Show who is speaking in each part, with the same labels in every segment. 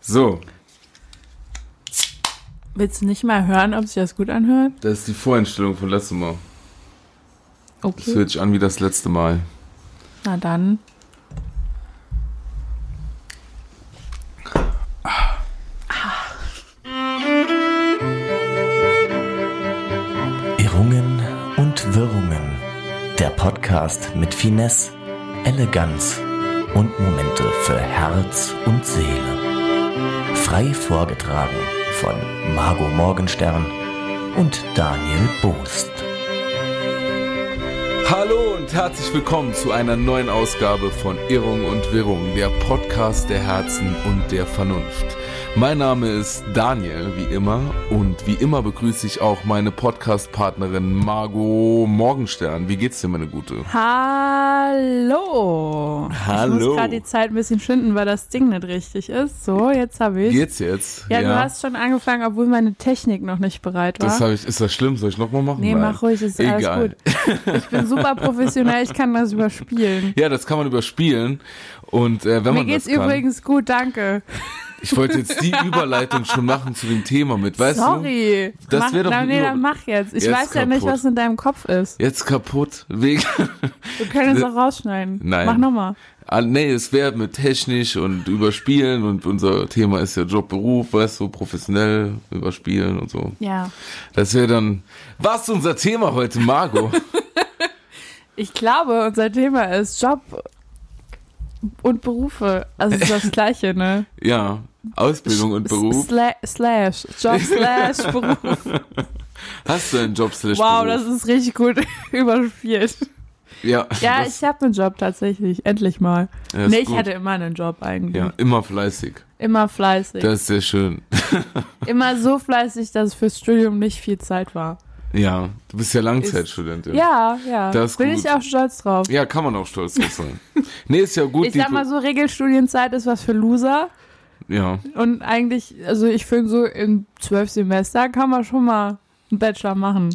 Speaker 1: So,
Speaker 2: Willst du nicht mal hören, ob sich das gut anhört?
Speaker 1: das ist die Voreinstellung von letztem Mal. Das
Speaker 2: Okay.
Speaker 1: hört sich an wie das letzte Mal.
Speaker 2: Na dann.
Speaker 3: Irrungen und Wirrungen. Der Podcast mit Finesse, Eleganz und Momente für Herz und Seele. Frei vorgetragen von Margot Morgenstern und Daniel Boost.
Speaker 1: Hallo und herzlich willkommen zu einer neuen Ausgabe von Irrung und Wirrung, der Podcast der Herzen und der Vernunft. Mein Name ist Daniel, wie immer, und wie immer begrüße ich auch meine Podcast-Partnerin Margot Morgenstern. Wie geht's dir, meine Gute?
Speaker 2: Hallo. Ich
Speaker 1: Hallo.
Speaker 2: muss gerade die Zeit ein bisschen schinden, weil das Ding nicht richtig ist. So, jetzt habe ich.
Speaker 1: Geht's jetzt?
Speaker 2: ja, du hast schon angefangen, obwohl meine Technik noch nicht bereit war.
Speaker 1: Das habe ich, ist das schlimm? Soll ich nochmal machen?
Speaker 2: nee,
Speaker 1: Nein.
Speaker 2: mach ruhig, ist alles
Speaker 1: Egal.
Speaker 2: gut. Ich bin super professionell, ich kann das überspielen.
Speaker 1: Ja, das kann man überspielen. Und äh, wenn
Speaker 2: Mir
Speaker 1: man
Speaker 2: geht's
Speaker 1: das kann,
Speaker 2: übrigens gut, danke.
Speaker 1: ich wollte jetzt die Überleitung schon machen zu dem Thema mit, weißt du?
Speaker 2: Sorry.
Speaker 1: das
Speaker 2: mach,
Speaker 1: wär doch
Speaker 2: na,
Speaker 1: ein
Speaker 2: nee,
Speaker 1: Über-
Speaker 2: dann mach jetzt. Ich
Speaker 1: Jetzt
Speaker 2: weiß ja nicht,
Speaker 1: kaputt.
Speaker 2: was in deinem Kopf ist.
Speaker 1: Jetzt kaputt wegen.
Speaker 2: Wir können es auch rausschneiden.
Speaker 1: Äh, Nein.
Speaker 2: Mach nochmal.
Speaker 1: Ah, nee, es wäre mit technisch und überspielen und unser Thema ist ja Job, Beruf, weißt du, professionell überspielen und so.
Speaker 2: Ja.
Speaker 1: Das wäre dann. Was ist unser Thema heute, Margot?
Speaker 2: Ich glaube, unser Thema ist Job und Berufe. Also es ist das gleiche, ne?
Speaker 1: ja, Ausbildung und Beruf.
Speaker 2: Sla slash. Job slash Beruf.
Speaker 1: Hast du einen Job slash
Speaker 2: Wow, das
Speaker 1: Beruf?
Speaker 2: ist richtig gut überspielt.
Speaker 1: ja,
Speaker 2: Ja,
Speaker 1: das,
Speaker 2: ich habe einen Job tatsächlich. Endlich mal.
Speaker 1: ja, ist
Speaker 2: nee, ich
Speaker 1: gut.
Speaker 2: hatte immer einen Job eigentlich.
Speaker 1: Ja, immer fleißig.
Speaker 2: Immer fleißig.
Speaker 1: Das ist sehr schön.
Speaker 2: Immer so fleißig, dass fürs Studium nicht viel Zeit war.
Speaker 1: Ja, du bist ja Langzeitstudentin.
Speaker 2: Ja, ja.
Speaker 1: Das ist
Speaker 2: Bin
Speaker 1: gut.
Speaker 2: ich auch stolz drauf.
Speaker 1: Ja, kann man auch stolz drauf sein. nee, ist ja gut.
Speaker 2: Ich sag
Speaker 1: die-
Speaker 2: mal so, Regelstudienzeit ist was für Loser.
Speaker 1: ja,
Speaker 2: Und eigentlich, also ich finde so, in zwölf Semester kann man schon mal einen Bachelor machen.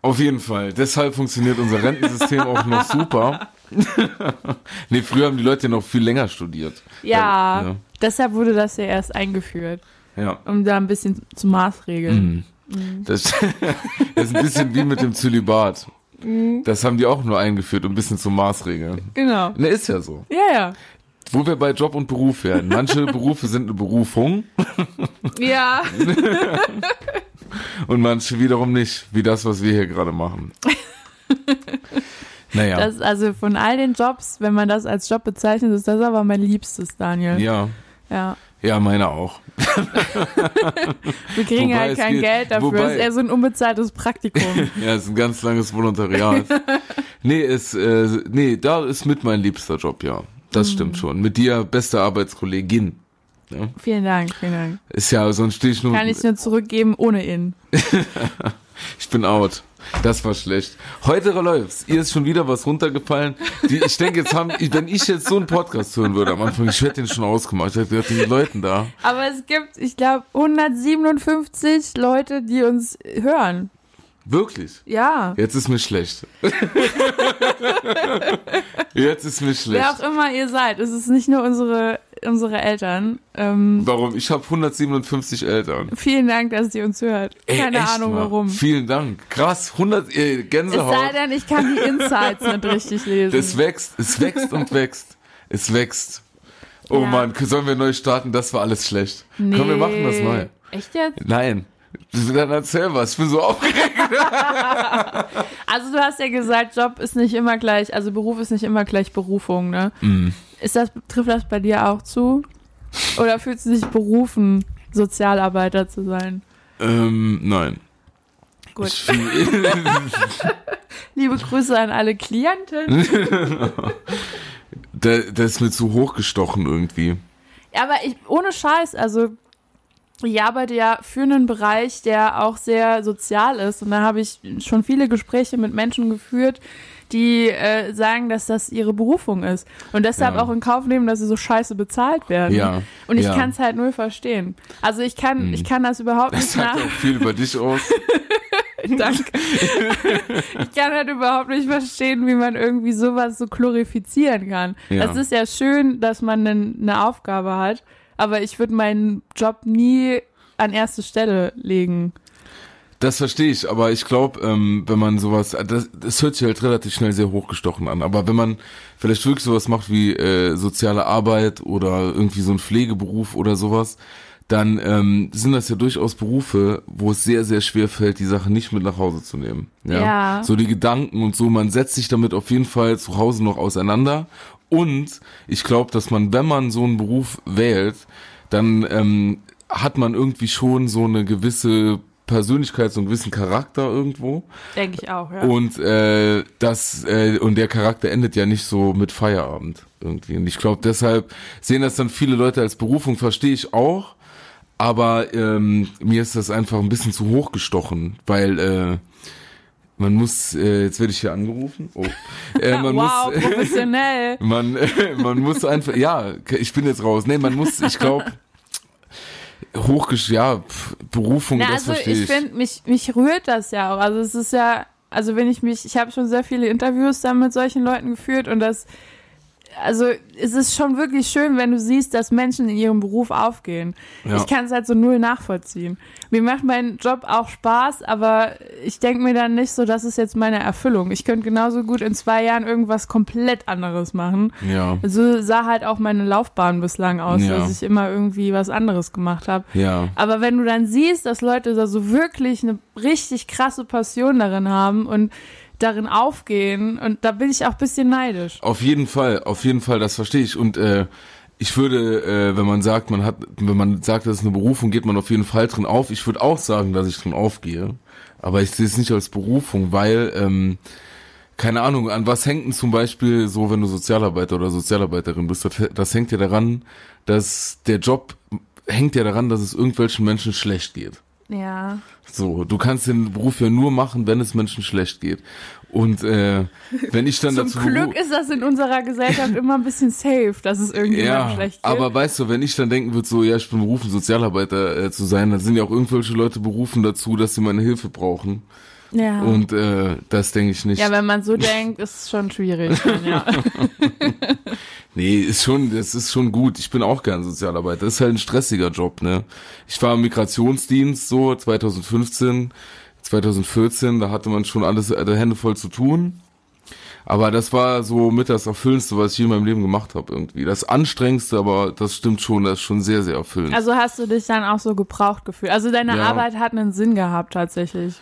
Speaker 1: auf jeden Fall. Deshalb funktioniert unser Rentensystem auch noch super. nee, früher haben die Leute ja noch viel länger studiert.
Speaker 2: Ja,
Speaker 1: Ja.
Speaker 2: deshalb wurde das ja erst eingeführt,
Speaker 1: Ja.
Speaker 2: um da ein bisschen zu maßregeln.
Speaker 1: Mhm. Das, das ist ein bisschen wie mit dem Zölibat.
Speaker 2: Mhm.
Speaker 1: Das haben die auch nur eingeführt, um ein bisschen zu Maßregeln.
Speaker 2: Genau.
Speaker 1: Ne, ist ja so.
Speaker 2: Ja, ja.
Speaker 1: Wo wir bei Job und Beruf werden. Manche Berufe sind eine Berufung
Speaker 2: Ja,
Speaker 1: und manche wiederum nicht, wie das, was wir hier gerade machen. Naja.
Speaker 2: das, also von all den Jobs, wenn man das als Job bezeichnet, ist das aber mein liebstes, Daniel. Ja.
Speaker 1: ja. Ja, meine auch.
Speaker 2: Wir kriegen
Speaker 1: Wobei
Speaker 2: halt
Speaker 1: es
Speaker 2: kein
Speaker 1: geht-
Speaker 2: Geld dafür,
Speaker 1: wobei-
Speaker 2: das ist eher so ein unbezahltes Praktikum.
Speaker 1: Ja, ist ein ganz langes Volontariat. nee, ist, äh, nee, da ist mit mein liebster Job, ja. Das stimmt schon. Mit dir, beste Arbeitskollegin.
Speaker 2: vielen Dank, vielen Dank.
Speaker 1: Ist ja, sonst stehe ich nur.
Speaker 2: Kann ich nur zurückgeben ohne ihn.
Speaker 1: Ich bin out. Das war schlecht. Heute läuft's. Ihr ist schon wieder was runtergefallen. Die, ich denke, jetzt haben, wenn ich jetzt so einen Podcast hören würde am Anfang, ich hätte den schon ausgemacht. Ich hätte gedacht, die Leuten da.
Speaker 2: Aber es gibt, ich glaube, 157 Leute, die uns hören.
Speaker 1: Wirklich.
Speaker 2: Ja.
Speaker 1: Jetzt ist mir schlecht. jetzt ist mir
Speaker 2: Wer auch
Speaker 1: schlecht.
Speaker 2: immer ihr seid, es ist nicht nur unsere, unsere Eltern. Ähm,
Speaker 1: Warum? Ich habe 157 Eltern.
Speaker 2: vielen Dank, dass ihr uns hört.
Speaker 1: Ey,
Speaker 2: Keine
Speaker 1: echt
Speaker 2: Ahnung
Speaker 1: mal.
Speaker 2: warum.
Speaker 1: Vielen Dank. Krass, 100 äh,
Speaker 2: Es sei
Speaker 1: Gänsehaut.
Speaker 2: denn, ich kann die Insights nicht richtig lesen.
Speaker 1: Das wächst, es wächst und wächst. Es wächst. Oh
Speaker 2: Ja.
Speaker 1: Mann, sollen wir neu starten? Das war alles schlecht. Komm, wir machen das neu.
Speaker 2: Echt jetzt?
Speaker 1: Nein. Dann erzähl was. Ich bin so aufgeregt.
Speaker 2: Also du hast ja gesagt, Job ist nicht immer gleich, also Beruf ist nicht immer gleich Berufung, ne?
Speaker 1: Mhm.
Speaker 2: Ist das, trifft das bei dir auch zu? Oder fühlst du dich berufen, Sozialarbeiter zu sein?
Speaker 1: Ähm, nein.
Speaker 2: Gut.
Speaker 1: Ich fühl-
Speaker 2: Liebe Grüße an alle Klienten.
Speaker 1: der, der ist mir zu hoch gestochen irgendwie.
Speaker 2: Aber ich, ohne Scheiß, also ich arbeite ja für einen Bereich, der auch sehr sozial ist. Und da habe ich schon viele Gespräche mit Menschen geführt, die äh, sagen, dass das ihre Berufung ist. Und deshalb
Speaker 1: Ja.
Speaker 2: auch in Kauf nehmen, dass sie so scheiße bezahlt werden.
Speaker 1: Ja,
Speaker 2: Und ich
Speaker 1: ja. Hm.
Speaker 2: kann es halt null verstehen. Also ich kann, ich kann das überhaupt
Speaker 1: Das
Speaker 2: nicht
Speaker 1: sagt
Speaker 2: nach.
Speaker 1: auch viel über dich aus.
Speaker 2: Danke. ich kann halt überhaupt nicht verstehen, wie man irgendwie sowas so glorifizieren kann.
Speaker 1: Ja.
Speaker 2: Das ist ja schön, dass man nen- eine ne Aufgabe hat, aber ich würde meinen Job nie an erste Stelle legen.
Speaker 1: Das verstehe ich, aber ich glaube, ähm, wenn man sowas, das, das hört sich halt relativ schnell sehr hochgestochen an, aber wenn man vielleicht wirklich sowas macht wie äh, soziale Arbeit oder irgendwie so ein Pflegeberuf oder sowas, dann ähm, sind das ja durchaus Berufe, wo es sehr, sehr schwer fällt, die Sache nicht mit nach Hause zu nehmen. Ja.
Speaker 2: Ja.
Speaker 1: So die Gedanken und so, man setzt sich damit auf jeden Fall zu Hause noch auseinander. Und ich glaube, dass man, wenn man so einen Beruf wählt, dann ähm, hat man irgendwie schon so eine gewisse Persönlichkeit, so einen gewissen Charakter irgendwo.
Speaker 2: Denke ich auch, ja.
Speaker 1: Und äh, das äh, und der Charakter endet ja nicht so mit Feierabend irgendwie. Und ich glaube, deshalb sehen das dann viele Leute als Berufung. Verstehe ich auch, aber ähm, mir ist das einfach ein bisschen zu hoch gestochen, weil äh, man muss. Äh, jetzt werde ich hier angerufen. Oh, äh, man
Speaker 2: wow,
Speaker 1: muss.
Speaker 2: professionell.
Speaker 1: Man, man muss einfach, ja, ich bin jetzt raus. Nee, man muss, ich glaube, hochgesch, ja, pf, Berufung,
Speaker 2: Na,
Speaker 1: das
Speaker 2: also
Speaker 1: verstehe ich.
Speaker 2: ich finde, mich, mich rührt das ja auch. Also es ist ja, also wenn ich mich, ich habe schon sehr viele Interviews dann mit solchen Leuten geführt und das, also es ist schon wirklich schön, wenn du siehst, dass Menschen in ihrem Beruf aufgehen.
Speaker 1: Ja.
Speaker 2: Ich kann es halt so null nachvollziehen. Mir macht mein Job auch Spaß, aber ich denke mir dann nicht so, das ist jetzt meine Erfüllung. Ich könnte genauso gut in zwei Jahren irgendwas komplett anderes machen.
Speaker 1: ja,
Speaker 2: So sah halt auch meine Laufbahn bislang aus,
Speaker 1: Ja.
Speaker 2: dass ich immer irgendwie was anderes gemacht habe.
Speaker 1: ja.
Speaker 2: Aber wenn du dann siehst, dass Leute da so wirklich eine richtig krasse Passion darin haben und darin aufgehen, und da bin ich auch ein bisschen neidisch.
Speaker 1: Auf jeden Fall, auf jeden Fall, das verstehe ich. Und äh, ich würde, äh, wenn man sagt, man hat, wenn man sagt, das ist eine Berufung, geht man auf jeden Fall drin auf. Ich würde auch sagen, dass ich drin aufgehe. Aber ich sehe es nicht als Berufung, weil, ähm, keine Ahnung, an was hängt denn zum Beispiel so, wenn du Sozialarbeiter oder Sozialarbeiterin bist, das, das hängt ja daran, dass der Job hängt ja daran, dass es irgendwelchen Menschen schlecht geht.
Speaker 2: Ja.
Speaker 1: So, du kannst den Beruf ja nur machen, wenn es Menschen schlecht geht. Und äh, wenn ich dann
Speaker 2: Zum
Speaker 1: dazu
Speaker 2: Glück ist das in unserer Gesellschaft immer ein bisschen safe, dass es irgendjemandem
Speaker 1: Ja,
Speaker 2: schlecht geht.
Speaker 1: aber weißt du, wenn ich dann denken würde, so, ja, ich bin berufen, Sozialarbeiter äh, zu sein, dann sind ja auch irgendwelche Leute berufen dazu, dass sie meine Hilfe brauchen.
Speaker 2: ja.
Speaker 1: Und äh, das denke ich nicht.
Speaker 2: ja, wenn man so denkt, ist es schon schwierig. Dann, ja.
Speaker 1: nee, ist schon, das ist schon gut. Ich bin auch gern Sozialarbeiter. Ist halt ein stressiger Job, ne? Ich war im Migrationsdienst so 2015, 2014, da hatte man schon alles äh, Hände voll zu tun. Aber das war so mit das Erfüllendste, was ich je in meinem Leben gemacht habe irgendwie. Das Anstrengendste, aber das stimmt schon, das ist schon sehr, sehr erfüllend.
Speaker 2: Also hast du dich dann auch so gebraucht gefühlt. Also deine
Speaker 1: Ja.
Speaker 2: Arbeit hat einen Sinn gehabt tatsächlich.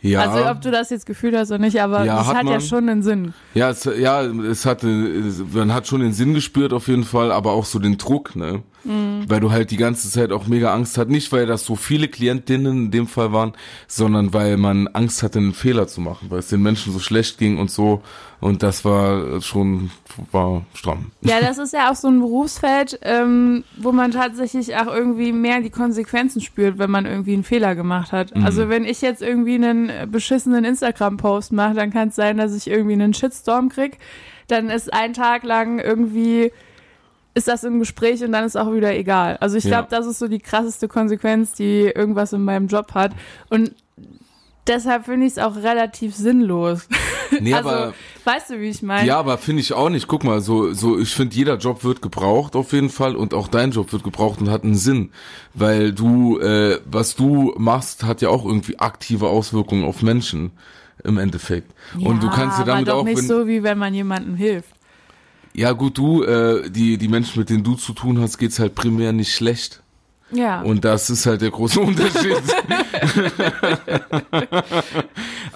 Speaker 1: ja.
Speaker 2: Also ob du das jetzt gefühlt hast oder nicht, aber
Speaker 1: Ja,
Speaker 2: das
Speaker 1: hat
Speaker 2: hat, ja
Speaker 1: man.
Speaker 2: schon einen Sinn.
Speaker 1: Ja, es, ja, es hatte, es, man hat schon den Sinn gespürt auf jeden Fall, aber auch so den Druck, ne? Weil du halt die ganze Zeit auch mega Angst hat, nicht weil das so viele Klientinnen in dem Fall waren, sondern weil man Angst hatte, einen Fehler zu machen, weil es den Menschen so schlecht ging und so. Und das war schon, war stramm.
Speaker 2: Ja, das ist ja auch so ein Berufsfeld, ähm, wo man tatsächlich auch irgendwie mehr die Konsequenzen spürt, wenn man irgendwie einen Fehler gemacht hat.
Speaker 1: Mhm.
Speaker 2: Also wenn ich jetzt irgendwie einen äh, beschissenen Instagram-Post mache, dann kann es sein, dass ich irgendwie einen Shitstorm krieg. Dann ist ein Tag lang irgendwie ist das im Gespräch und dann ist auch wieder egal. Also ich
Speaker 1: Ja.
Speaker 2: glaube, das ist so die krasseste Konsequenz, die irgendwas in meinem Job hat. Und deshalb finde ich es auch relativ sinnlos.
Speaker 1: Nee,
Speaker 2: also
Speaker 1: aber,
Speaker 2: weißt du, wie ich meine?
Speaker 1: ja, aber finde ich auch nicht. Guck mal, so, so, ich finde, jeder Job wird gebraucht auf jeden Fall und auch dein Job wird gebraucht und hat einen Sinn. Weil du, äh, was du machst, hat ja auch irgendwie aktive Auswirkungen auf Menschen im Endeffekt. und du kannst ja
Speaker 2: aber
Speaker 1: damit
Speaker 2: doch
Speaker 1: auch,
Speaker 2: nicht
Speaker 1: wenn,
Speaker 2: so wie wenn man jemandem hilft.
Speaker 1: ja gut, du, äh, die, die Menschen, mit denen du zu tun hast, geht's halt primär nicht schlecht.
Speaker 2: Ja.
Speaker 1: Und das ist halt der große Unterschied.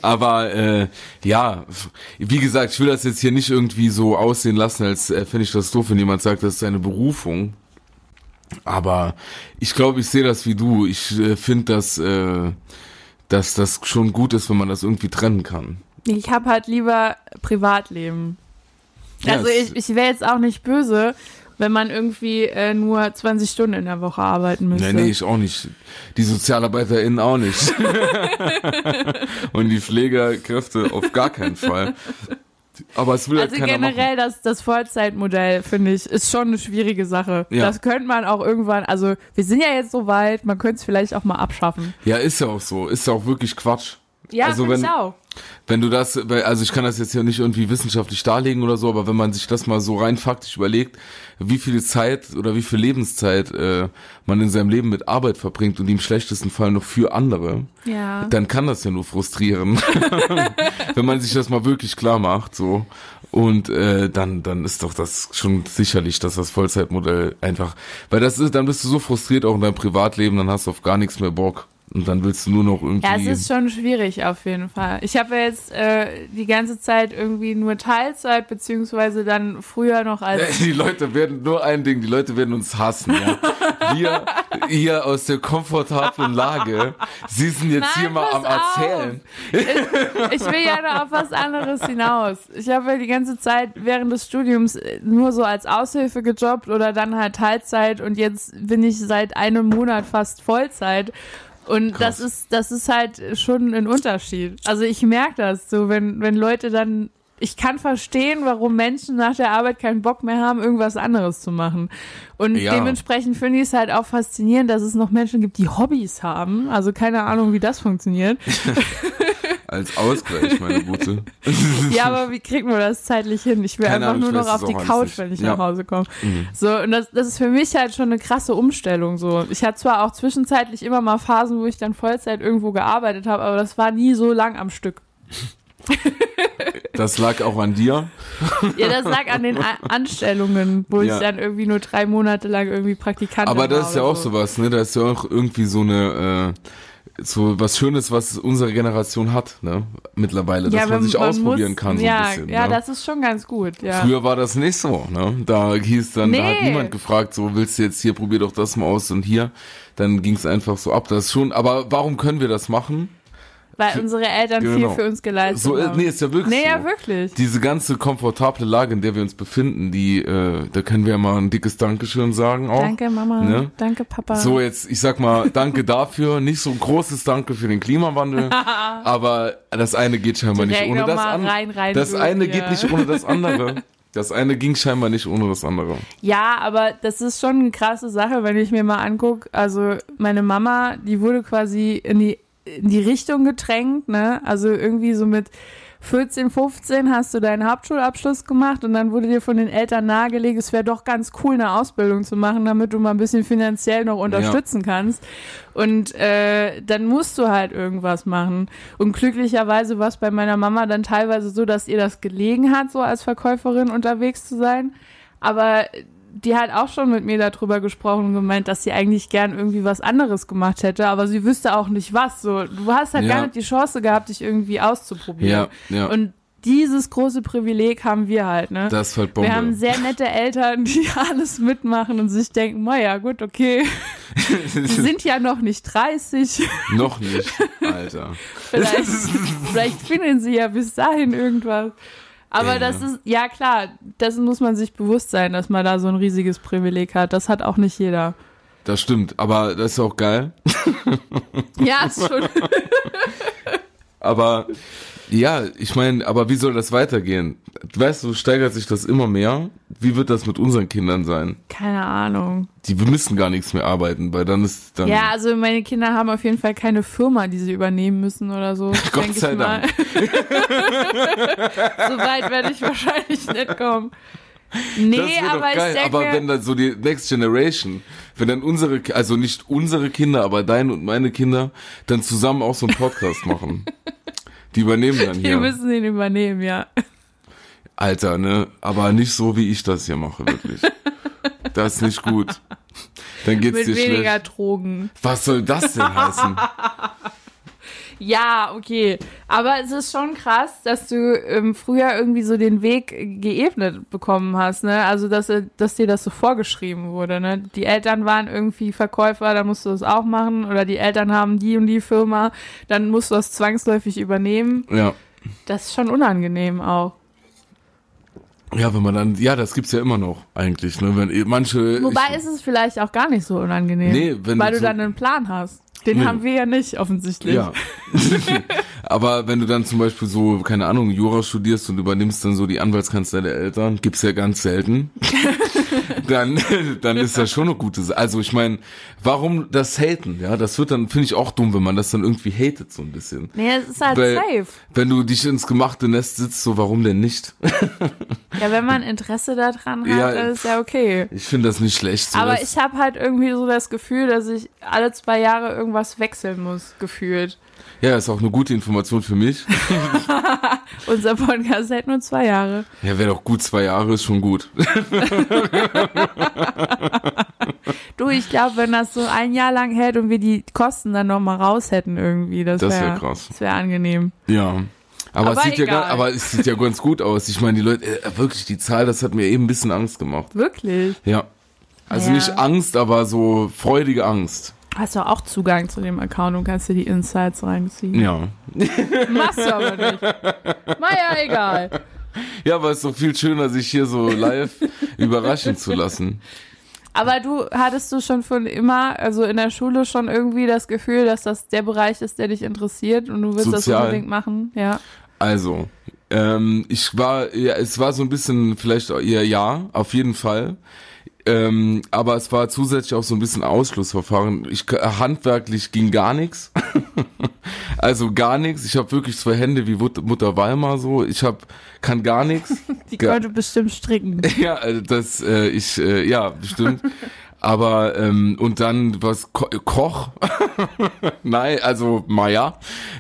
Speaker 1: Aber äh, ja, wie gesagt, ich will das jetzt hier nicht irgendwie so aussehen lassen, als äh, fände ich das doof, wenn jemand sagt, das ist eine Berufung. Aber ich glaube, ich sehe das wie du. Ich äh, finde, dass, äh, dass das schon gut ist, wenn man das irgendwie trennen kann.
Speaker 2: ich habe halt lieber Privatleben.
Speaker 1: Ja,
Speaker 2: also
Speaker 1: es-
Speaker 2: ich, ich wäre jetzt auch nicht böse, wenn man irgendwie äh, nur 20 Stunden in der Woche arbeiten müsste.
Speaker 1: Nee, nee, ich auch nicht. Die SozialarbeiterInnen auch nicht. Und die Pflegerkräfte auf gar keinen Fall. Aber es will
Speaker 2: also
Speaker 1: halt keiner machen.
Speaker 2: generell das, das Vollzeitmodell, finde ich, ist schon eine schwierige Sache.
Speaker 1: Ja.
Speaker 2: Das könnte man auch irgendwann, also wir sind ja jetzt so weit, man könnte es vielleicht auch mal abschaffen.
Speaker 1: Ja, ist ja auch so. Ist ja auch wirklich Quatsch.
Speaker 2: Ja,
Speaker 1: also
Speaker 2: finde
Speaker 1: wenn,
Speaker 2: ich auch.
Speaker 1: Wenn du das, weil- also ich kann das jetzt hier nicht irgendwie wissenschaftlich darlegen oder so, aber wenn man sich das mal so rein faktisch überlegt, wie viel Zeit oder wie viel Lebenszeit äh, man in seinem Leben mit Arbeit verbringt und die im schlechtesten Fall noch für andere,
Speaker 2: Ja.
Speaker 1: dann kann das ja nur frustrieren. wenn man sich das mal wirklich klar macht, so. Und äh, dann, dann ist doch das schon sicherlich, dass das Vollzeitmodell einfach, weil das ist, dann bist du so frustriert auch in deinem Privatleben, dann hast du auf gar nichts mehr Bock. Und dann willst du nur noch irgendwie.
Speaker 2: Ja, es ist schon schwierig auf jeden Fall. Ich habe ja jetzt äh, die ganze Zeit irgendwie nur Teilzeit, beziehungsweise dann früher noch als.
Speaker 1: Die Leute werden nur ein Ding, die Leute werden uns hassen. Ja. Wir hier aus der komfortablen Lage, sie sind jetzt
Speaker 2: Nein,
Speaker 1: hier mal am
Speaker 2: pass auf.
Speaker 1: Erzählen.
Speaker 2: Ich will ja noch auf was anderes hinaus. Ich habe ja die ganze Zeit während des Studiums äh, nur so als Aushilfe gejobbt oder dann halt Teilzeit und jetzt bin ich seit einem Monat fast Vollzeit. Und
Speaker 1: Krass.
Speaker 2: das ist, das ist halt schon ein Unterschied. Also ich merke das so, wenn, wenn Leute dann. Ich kann verstehen, warum Menschen nach der Arbeit keinen Bock mehr haben, irgendwas anderes zu machen. Und
Speaker 1: Ja.
Speaker 2: dementsprechend finde ich es halt auch faszinierend, dass es noch Menschen gibt, die Hobbys haben. Also keine Ahnung, wie das funktioniert.
Speaker 1: Als Ausgleich, meine Gute.
Speaker 2: Ja, aber wie kriegt man das zeitlich hin? Ich will
Speaker 1: Keine
Speaker 2: einfach
Speaker 1: Ahnung,
Speaker 2: nur
Speaker 1: ich
Speaker 2: noch
Speaker 1: weiß
Speaker 2: auf
Speaker 1: es
Speaker 2: die
Speaker 1: auch alles
Speaker 2: Couch,
Speaker 1: nicht.
Speaker 2: wenn ich
Speaker 1: Ja. Mhm.
Speaker 2: nach Hause komme. So, und das, das ist für mich halt schon eine krasse Umstellung. So, ich hatte zwar auch zwischenzeitlich immer mal Phasen, wo ich dann Vollzeit irgendwo gearbeitet habe, aber das war nie so lang am Stück.
Speaker 1: Das lag auch an dir.
Speaker 2: Ja, das lag an den A Anstellungen, wo
Speaker 1: Ja.
Speaker 2: ich dann irgendwie nur drei Monate lang irgendwie Praktikant war.
Speaker 1: Aber das ist ja
Speaker 2: oder
Speaker 1: auch sowas, ne? Da ist ja auch irgendwie so eine äh, so was Schönes, was unsere Generation hat, ne? Mittlerweile, dass man
Speaker 2: wenn-
Speaker 1: sich ausprobieren
Speaker 2: muss-
Speaker 1: kann so
Speaker 2: ja,
Speaker 1: ein bisschen.
Speaker 2: Ja,
Speaker 1: ne?
Speaker 2: das ist schon ganz gut. Ja.
Speaker 1: Früher war das nicht so, ne? Da hieß dann, da hat
Speaker 2: Nee.
Speaker 1: niemand gefragt, so willst du jetzt hier, probier doch das mal aus und hier. Dann ging es einfach so ab. Das ist schon, aber warum können wir das machen?
Speaker 2: weil unsere Eltern
Speaker 1: Genau.
Speaker 2: viel für uns geleistet
Speaker 1: So, äh,
Speaker 2: haben.
Speaker 1: nee, ist ja wirklich.
Speaker 2: Nee,
Speaker 1: so.
Speaker 2: ja, wirklich.
Speaker 1: Diese ganze komfortable Lage, in der wir uns befinden, die, äh, da können wir ja mal ein dickes Dankeschön sagen auch.
Speaker 2: Danke, Mama.
Speaker 1: Ne?
Speaker 2: Danke, Papa.
Speaker 1: So, jetzt, ich sag mal, danke dafür. Nicht so ein großes Danke für den Klimawandel. aber das eine geht scheinbar nicht
Speaker 2: Direkt
Speaker 1: ohne
Speaker 2: noch
Speaker 1: das
Speaker 2: mal
Speaker 1: andere.
Speaker 2: rein, rein
Speaker 1: das
Speaker 2: durch,
Speaker 1: eine geht
Speaker 2: ja.
Speaker 1: nicht ohne das andere. Das eine ging scheinbar nicht ohne das andere.
Speaker 2: Ja, aber das ist schon eine krasse Sache, wenn ich mir mal anguck. Also meine Mama, die wurde quasi in die, in die Richtung gedrängt, ne? Also irgendwie so mit 14, 15 hast du deinen Hauptschulabschluss gemacht und dann wurde dir von den Eltern nahegelegt, es wäre doch ganz cool, eine Ausbildung zu machen, damit du mal ein bisschen finanziell noch unterstützen kannst. Und äh, dann musst du halt irgendwas machen. Und glücklicherweise war es bei meiner Mama dann teilweise so, dass ihr das gelegen hat, so als Verkäuferin unterwegs zu sein. Aber die hat auch schon mit mir darüber gesprochen und gemeint, dass sie eigentlich gern irgendwie was anderes gemacht hätte, aber sie wüsste auch nicht was. So, du hast halt
Speaker 1: Ja.
Speaker 2: gar nicht die Chance gehabt, dich irgendwie auszuprobieren.
Speaker 1: Ja, ja.
Speaker 2: Und dieses große Privileg haben wir halt, ne?
Speaker 1: Das ist halt Bombe.
Speaker 2: wir haben sehr nette Eltern, die alles mitmachen und sich denken, naja, gut, okay, die sind ja noch nicht 30,
Speaker 1: Noch nicht, Alter.
Speaker 2: vielleicht, vielleicht finden sie ja bis dahin irgendwas. Aber
Speaker 1: Ja.
Speaker 2: das ist, ja klar, dessen muss man sich bewusst sein, dass man da so ein riesiges Privileg hat. Das hat auch nicht jeder.
Speaker 1: Das stimmt, aber das ist auch geil.
Speaker 2: Ja, ist schon.
Speaker 1: Aber ja, ich meine, aber wie soll das weitergehen? Weißt du, steigert sich das immer mehr? Wie wird das mit unseren Kindern sein?
Speaker 2: Keine Ahnung.
Speaker 1: Die müssen gar nichts mehr arbeiten, weil dann ist dann.
Speaker 2: Ja, also meine Kinder haben auf jeden Fall keine Firma, die sie übernehmen müssen oder so.
Speaker 1: Gott
Speaker 2: denk ich
Speaker 1: sei
Speaker 2: mal. so weit werde ich wahrscheinlich nicht kommen. Nee,
Speaker 1: das wird
Speaker 2: aber
Speaker 1: doch geil.
Speaker 2: ich denke
Speaker 1: aber
Speaker 2: mir,
Speaker 1: wenn dann so die Next Generation, wenn dann unsere, Ki- also nicht unsere Kinder, aber deine und meine Kinder, dann zusammen auch so einen Podcast machen. Die übernehmen dann
Speaker 2: wir
Speaker 1: hier.
Speaker 2: müssen ihn übernehmen, ja.
Speaker 1: Alter, ne? Aber nicht so, wie ich das hier mache, wirklich. Das ist nicht gut. Dann geht's
Speaker 2: Mit
Speaker 1: dir schlecht.
Speaker 2: weniger Drogen.
Speaker 1: Was soll das denn heißen?
Speaker 2: Ja, okay. Aber es ist schon krass, dass du ähm, früher irgendwie so den Weg geebnet bekommen hast, ne? Also, dass, äh, dass dir das so vorgeschrieben wurde, ne? Die Eltern waren irgendwie Verkäufer, dann musst du das auch machen. Oder die Eltern haben die und die Firma, dann musst du das zwangsläufig übernehmen.
Speaker 1: Ja.
Speaker 2: Das ist schon unangenehm auch.
Speaker 1: Ja, wenn man dann, ja, das gibt's ja immer noch eigentlich, ne? Wenn eh- manche.
Speaker 2: Wobei
Speaker 1: ich,
Speaker 2: ist es vielleicht auch gar nicht so unangenehm.
Speaker 1: Nee, wenn
Speaker 2: weil
Speaker 1: du
Speaker 2: du
Speaker 1: so-
Speaker 2: dann einen Plan hast. Den
Speaker 1: Nee.
Speaker 2: haben wir ja nicht offensichtlich.
Speaker 1: ja. Aber wenn du dann zum Beispiel so, keine Ahnung, Jura studierst und übernimmst dann so die Anwaltskanzlei der Eltern, gibt's ja ganz selten, dann, dann ist das schon eine gute Sache. Also ich meine, warum das haten? Ja, das wird dann, finde ich, auch dumm, wenn man das dann irgendwie hatet so ein bisschen.
Speaker 2: Nee, es ist halt
Speaker 1: Weil,
Speaker 2: safe.
Speaker 1: Wenn du dich ins gemachte Nest sitzt, so warum denn nicht?
Speaker 2: Ja, wenn man Interesse daran hat,
Speaker 1: Ja,
Speaker 2: dann ist ja okay.
Speaker 1: Ich finde das nicht schlecht. So
Speaker 2: Aber
Speaker 1: das-
Speaker 2: ich habe halt irgendwie so das Gefühl, dass ich alle zwei Jahre irgendwas wechseln muss, gefühlt.
Speaker 1: ja, ist auch eine gute Information für mich.
Speaker 2: Unser Podcast hält nur zwei Jahre.
Speaker 1: Ja, wäre doch gut, zwei Jahre ist schon gut.
Speaker 2: Du, ich glaube, wenn das so ein Jahr lang hält und wir die Kosten dann nochmal raus hätten irgendwie, das wäre
Speaker 1: Das wär
Speaker 2: wär
Speaker 1: krass.
Speaker 2: Das wäre angenehm.
Speaker 1: Ja. Aber,
Speaker 2: Aber
Speaker 1: es sieht ja
Speaker 2: egal.
Speaker 1: gar, aber es sieht ja ganz gut aus. Ich meine, die Leute, äh, wirklich, die Zahl, das hat mir eben ein bisschen Angst gemacht.
Speaker 2: Wirklich.
Speaker 1: Ja. Also
Speaker 2: Ja.
Speaker 1: nicht Angst, aber so freudige Angst.
Speaker 2: Hast du auch Zugang zu dem Account und kannst dir die Insights reinziehen.
Speaker 1: Ja.
Speaker 2: Machst du aber nicht. Naja, egal.
Speaker 1: Ja, aber es ist doch viel schöner, sich hier so live überraschen zu lassen.
Speaker 2: Aber du hattest du schon von immer, also in der Schule schon irgendwie das Gefühl, dass das der Bereich ist, der dich interessiert und du willst das
Speaker 1: Sozial.
Speaker 2: unbedingt machen? Ja.
Speaker 1: Also, ähm, ich war, ja, es war so ein bisschen vielleicht ihr Ja, auf jeden Fall. Ähm, aber es war zusätzlich auch so ein bisschen Ausschlussverfahren. Ich, äh, handwerklich ging gar nichts. Also gar nichts. Ich habe wirklich zwei Hände wie Wut- Mutter Weimar so. Ich hab, kann gar nichts.
Speaker 2: Die
Speaker 1: Ge-
Speaker 2: konnte bestimmt stricken.
Speaker 1: Ja, also das, äh, ich, äh, ja, bestimmt. Aber, ähm, und dann was, Ko Koch? Nein, also, naja,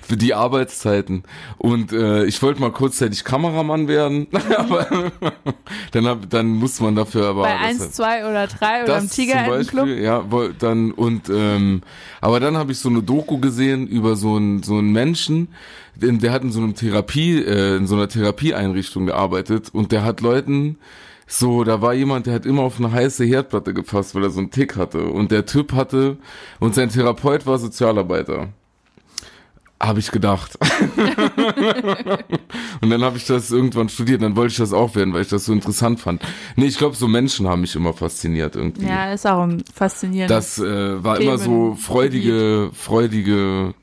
Speaker 1: für die Arbeitszeiten. Und äh, ich wollte mal kurzzeitig Kameramann werden, aber dann, hab, dann muss man dafür aber...
Speaker 2: Bei
Speaker 1: das-
Speaker 2: 1, 2 oder 3 oder im
Speaker 1: das zum Beispiel,
Speaker 2: Tigerentenclub.
Speaker 1: Ja, wo- dann und ähm, aber dann habe ich so eine Doku gesehen über so einen so einen Menschen, den, der hat in so einem Therapie äh, in so einer Therapieeinrichtung gearbeitet und der hat Leuten so, da war jemand, der hat immer auf eine heiße Herdplatte gefasst, weil er so einen Tick hatte und der Typ hatte und sein Therapeut war Sozialarbeiter. Habe ich gedacht. Und dann habe ich das irgendwann studiert, dann wollte ich das auch werden, weil ich das so interessant fand. Nee, ich glaube, so Menschen haben mich immer fasziniert irgendwie.
Speaker 2: Ja, ist auch ein faszinierendes.
Speaker 1: Das äh, war
Speaker 2: Themen-
Speaker 1: immer so freudige, freudige.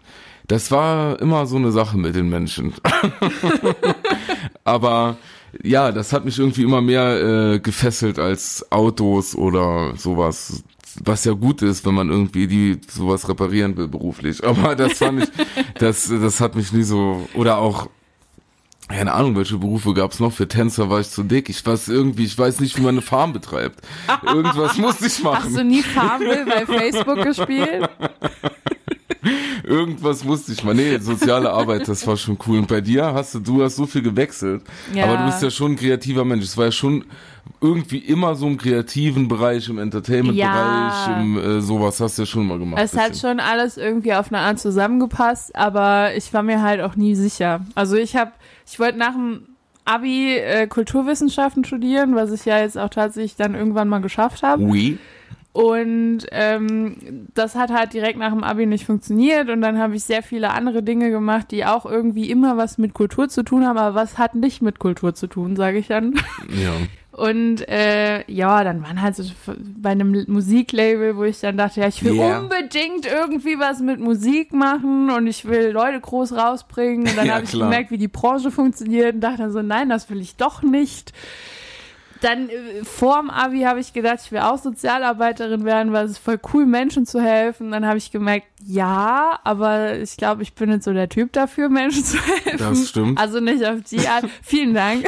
Speaker 1: Das war immer so eine Sache mit den Menschen. Aber ja, das hat mich irgendwie immer mehr äh, gefesselt als Autos oder sowas. Was ja gut ist, wenn man irgendwie die sowas reparieren will beruflich. Aber das fand ich, das, das hat mich nie so. Oder auch keine Ahnung, welche Berufe gab's noch? Für Tänzer war ich zu dick. Ich weiß irgendwie, ich weiß nicht, wie man eine Farm betreibt. Irgendwas muss ich machen.
Speaker 2: Hast du nie Farmville bei Facebook gespielt?
Speaker 1: Irgendwas musste ich mal. Nee, soziale Arbeit, das war schon cool. Und bei dir hast du, du hast so viel gewechselt.
Speaker 2: Ja.
Speaker 1: Aber du bist ja schon ein kreativer Mensch. Es war ja schon irgendwie immer so im kreativen Bereich, im Entertainment-Bereich,
Speaker 2: Ja.
Speaker 1: im äh, sowas hast du ja schon mal gemacht.
Speaker 2: Es hat
Speaker 1: bisschen.
Speaker 2: schon alles irgendwie auf eine Art zusammengepasst, aber ich war mir halt auch nie sicher. Also ich habe, ich wollte nach dem Abi äh, Kulturwissenschaften studieren, was ich ja jetzt auch tatsächlich dann irgendwann mal geschafft habe.
Speaker 1: Oui.
Speaker 2: Und ähm, das hat halt direkt nach dem Abi nicht funktioniert. Und dann habe ich sehr viele andere Dinge gemacht, die auch irgendwie immer was mit Kultur zu tun haben. Aber was hat nicht mit Kultur zu tun, sage ich dann.
Speaker 1: Ja.
Speaker 2: Und äh, ja, dann waren halt so f- bei einem Musiklabel, wo ich dann dachte, ja, ich will
Speaker 1: Ja.
Speaker 2: unbedingt irgendwie was mit Musik machen und ich will Leute groß rausbringen. Und dann
Speaker 1: Ja,
Speaker 2: habe ich
Speaker 1: klar.
Speaker 2: gemerkt, wie die Branche funktioniert und dachte dann so, nein, das will ich doch nicht. Dann äh, vorm Abi habe ich gedacht, ich will auch Sozialarbeiterin werden, weil es ist voll cool, Menschen zu helfen. Dann habe ich gemerkt, ja, aber ich glaube, ich bin jetzt so der Typ dafür, Menschen zu helfen.
Speaker 1: Das stimmt.
Speaker 2: Also nicht auf die Art. Vielen Dank.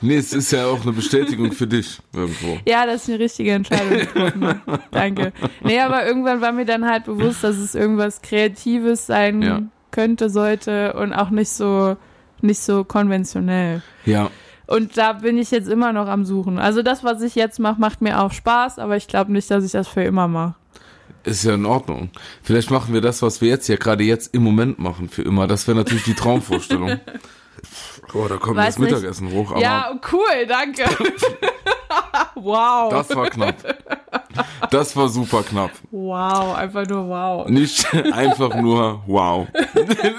Speaker 1: nee, es ist ja auch eine Bestätigung für dich irgendwo.
Speaker 2: Ja, das ist eine richtige Entscheidung getroffen. ne? Danke. Nee, aber irgendwann war mir dann halt bewusst, dass es irgendwas Kreatives sein
Speaker 1: Ja.
Speaker 2: könnte, sollte und auch nicht so, nicht so konventionell.
Speaker 1: Ja.
Speaker 2: Und da bin ich jetzt immer noch am Suchen. Also das, was ich jetzt mache, macht mir auch Spaß, aber ich glaube nicht, dass ich das für immer mache.
Speaker 1: Ist ja in Ordnung. Vielleicht machen wir das, was wir jetzt ja gerade jetzt im Moment machen für immer. Das wäre natürlich die Traumvorstellung. Oh, da kommt
Speaker 2: Weiß
Speaker 1: das
Speaker 2: nicht.
Speaker 1: Mittagessen hoch. Aber
Speaker 2: Ja, cool, danke. wow.
Speaker 1: Das war knapp. Das war super knapp.
Speaker 2: wow, einfach nur wow.
Speaker 1: Nicht einfach nur wow.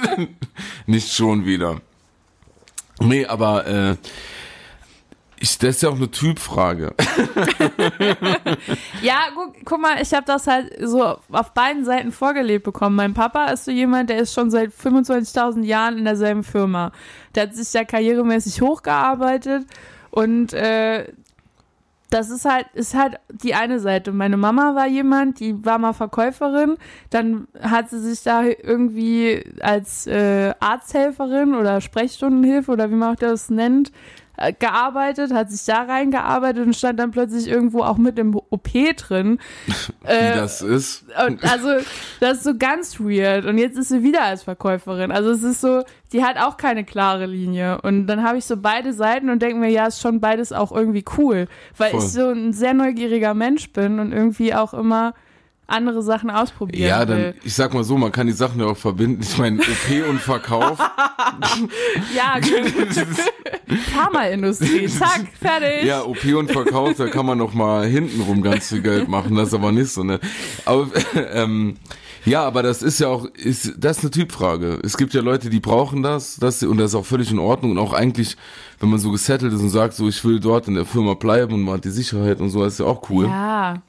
Speaker 1: Nicht schon wieder. Nee, aber äh, Ich, das ist ja auch eine Typfrage.
Speaker 2: Ja, guck, guck mal, ich habe das halt so auf beiden Seiten vorgelebt bekommen. Mein Papa ist so jemand, der ist schon seit 25.000 Jahren in derselben Firma. Der hat sich da karrieremäßig hochgearbeitet und äh, das ist halt, ist halt die eine Seite. Meine Mama war jemand, die war mal Verkäuferin, dann hat sie sich da irgendwie als äh, Arzthelferin oder Sprechstundenhilfe oder wie man auch das nennt, äh, gearbeitet, hat sich da reingearbeitet und stand dann plötzlich irgendwo auch mit im OP drin.
Speaker 1: Wie
Speaker 2: Äh,
Speaker 1: das ist.
Speaker 2: und also, das ist so ganz weird. Und jetzt ist sie wieder als Verkäuferin. Also, es ist so, die hat auch keine klare Linie. Und dann habe ich so beide Seiten und denke mir, ja, ist schon beides auch irgendwie cool. Weil
Speaker 1: Voll.
Speaker 2: ich so ein sehr neugieriger Mensch bin und irgendwie auch immer andere Sachen ausprobieren
Speaker 1: Ja, dann,
Speaker 2: will.
Speaker 1: ich sag mal so, man kann die Sachen ja auch verbinden. Ich meine, OP und Verkauf.
Speaker 2: Ja, genau. Pharmaindustrie. Zack, fertig.
Speaker 1: Ja, OP und Verkauf, da kann man noch mal hintenrum ganz viel Geld machen, das ist aber nicht so, ne? Aber, ähm, ja, aber das ist ja auch, ist, das ist eine Typfrage. Es gibt ja Leute, die brauchen das, das, und das ist auch völlig in Ordnung und auch eigentlich, wenn man so gesettelt ist und sagt, so, ich will dort in der Firma bleiben und man hat die Sicherheit und so, das ist ja auch cool.
Speaker 2: Ja.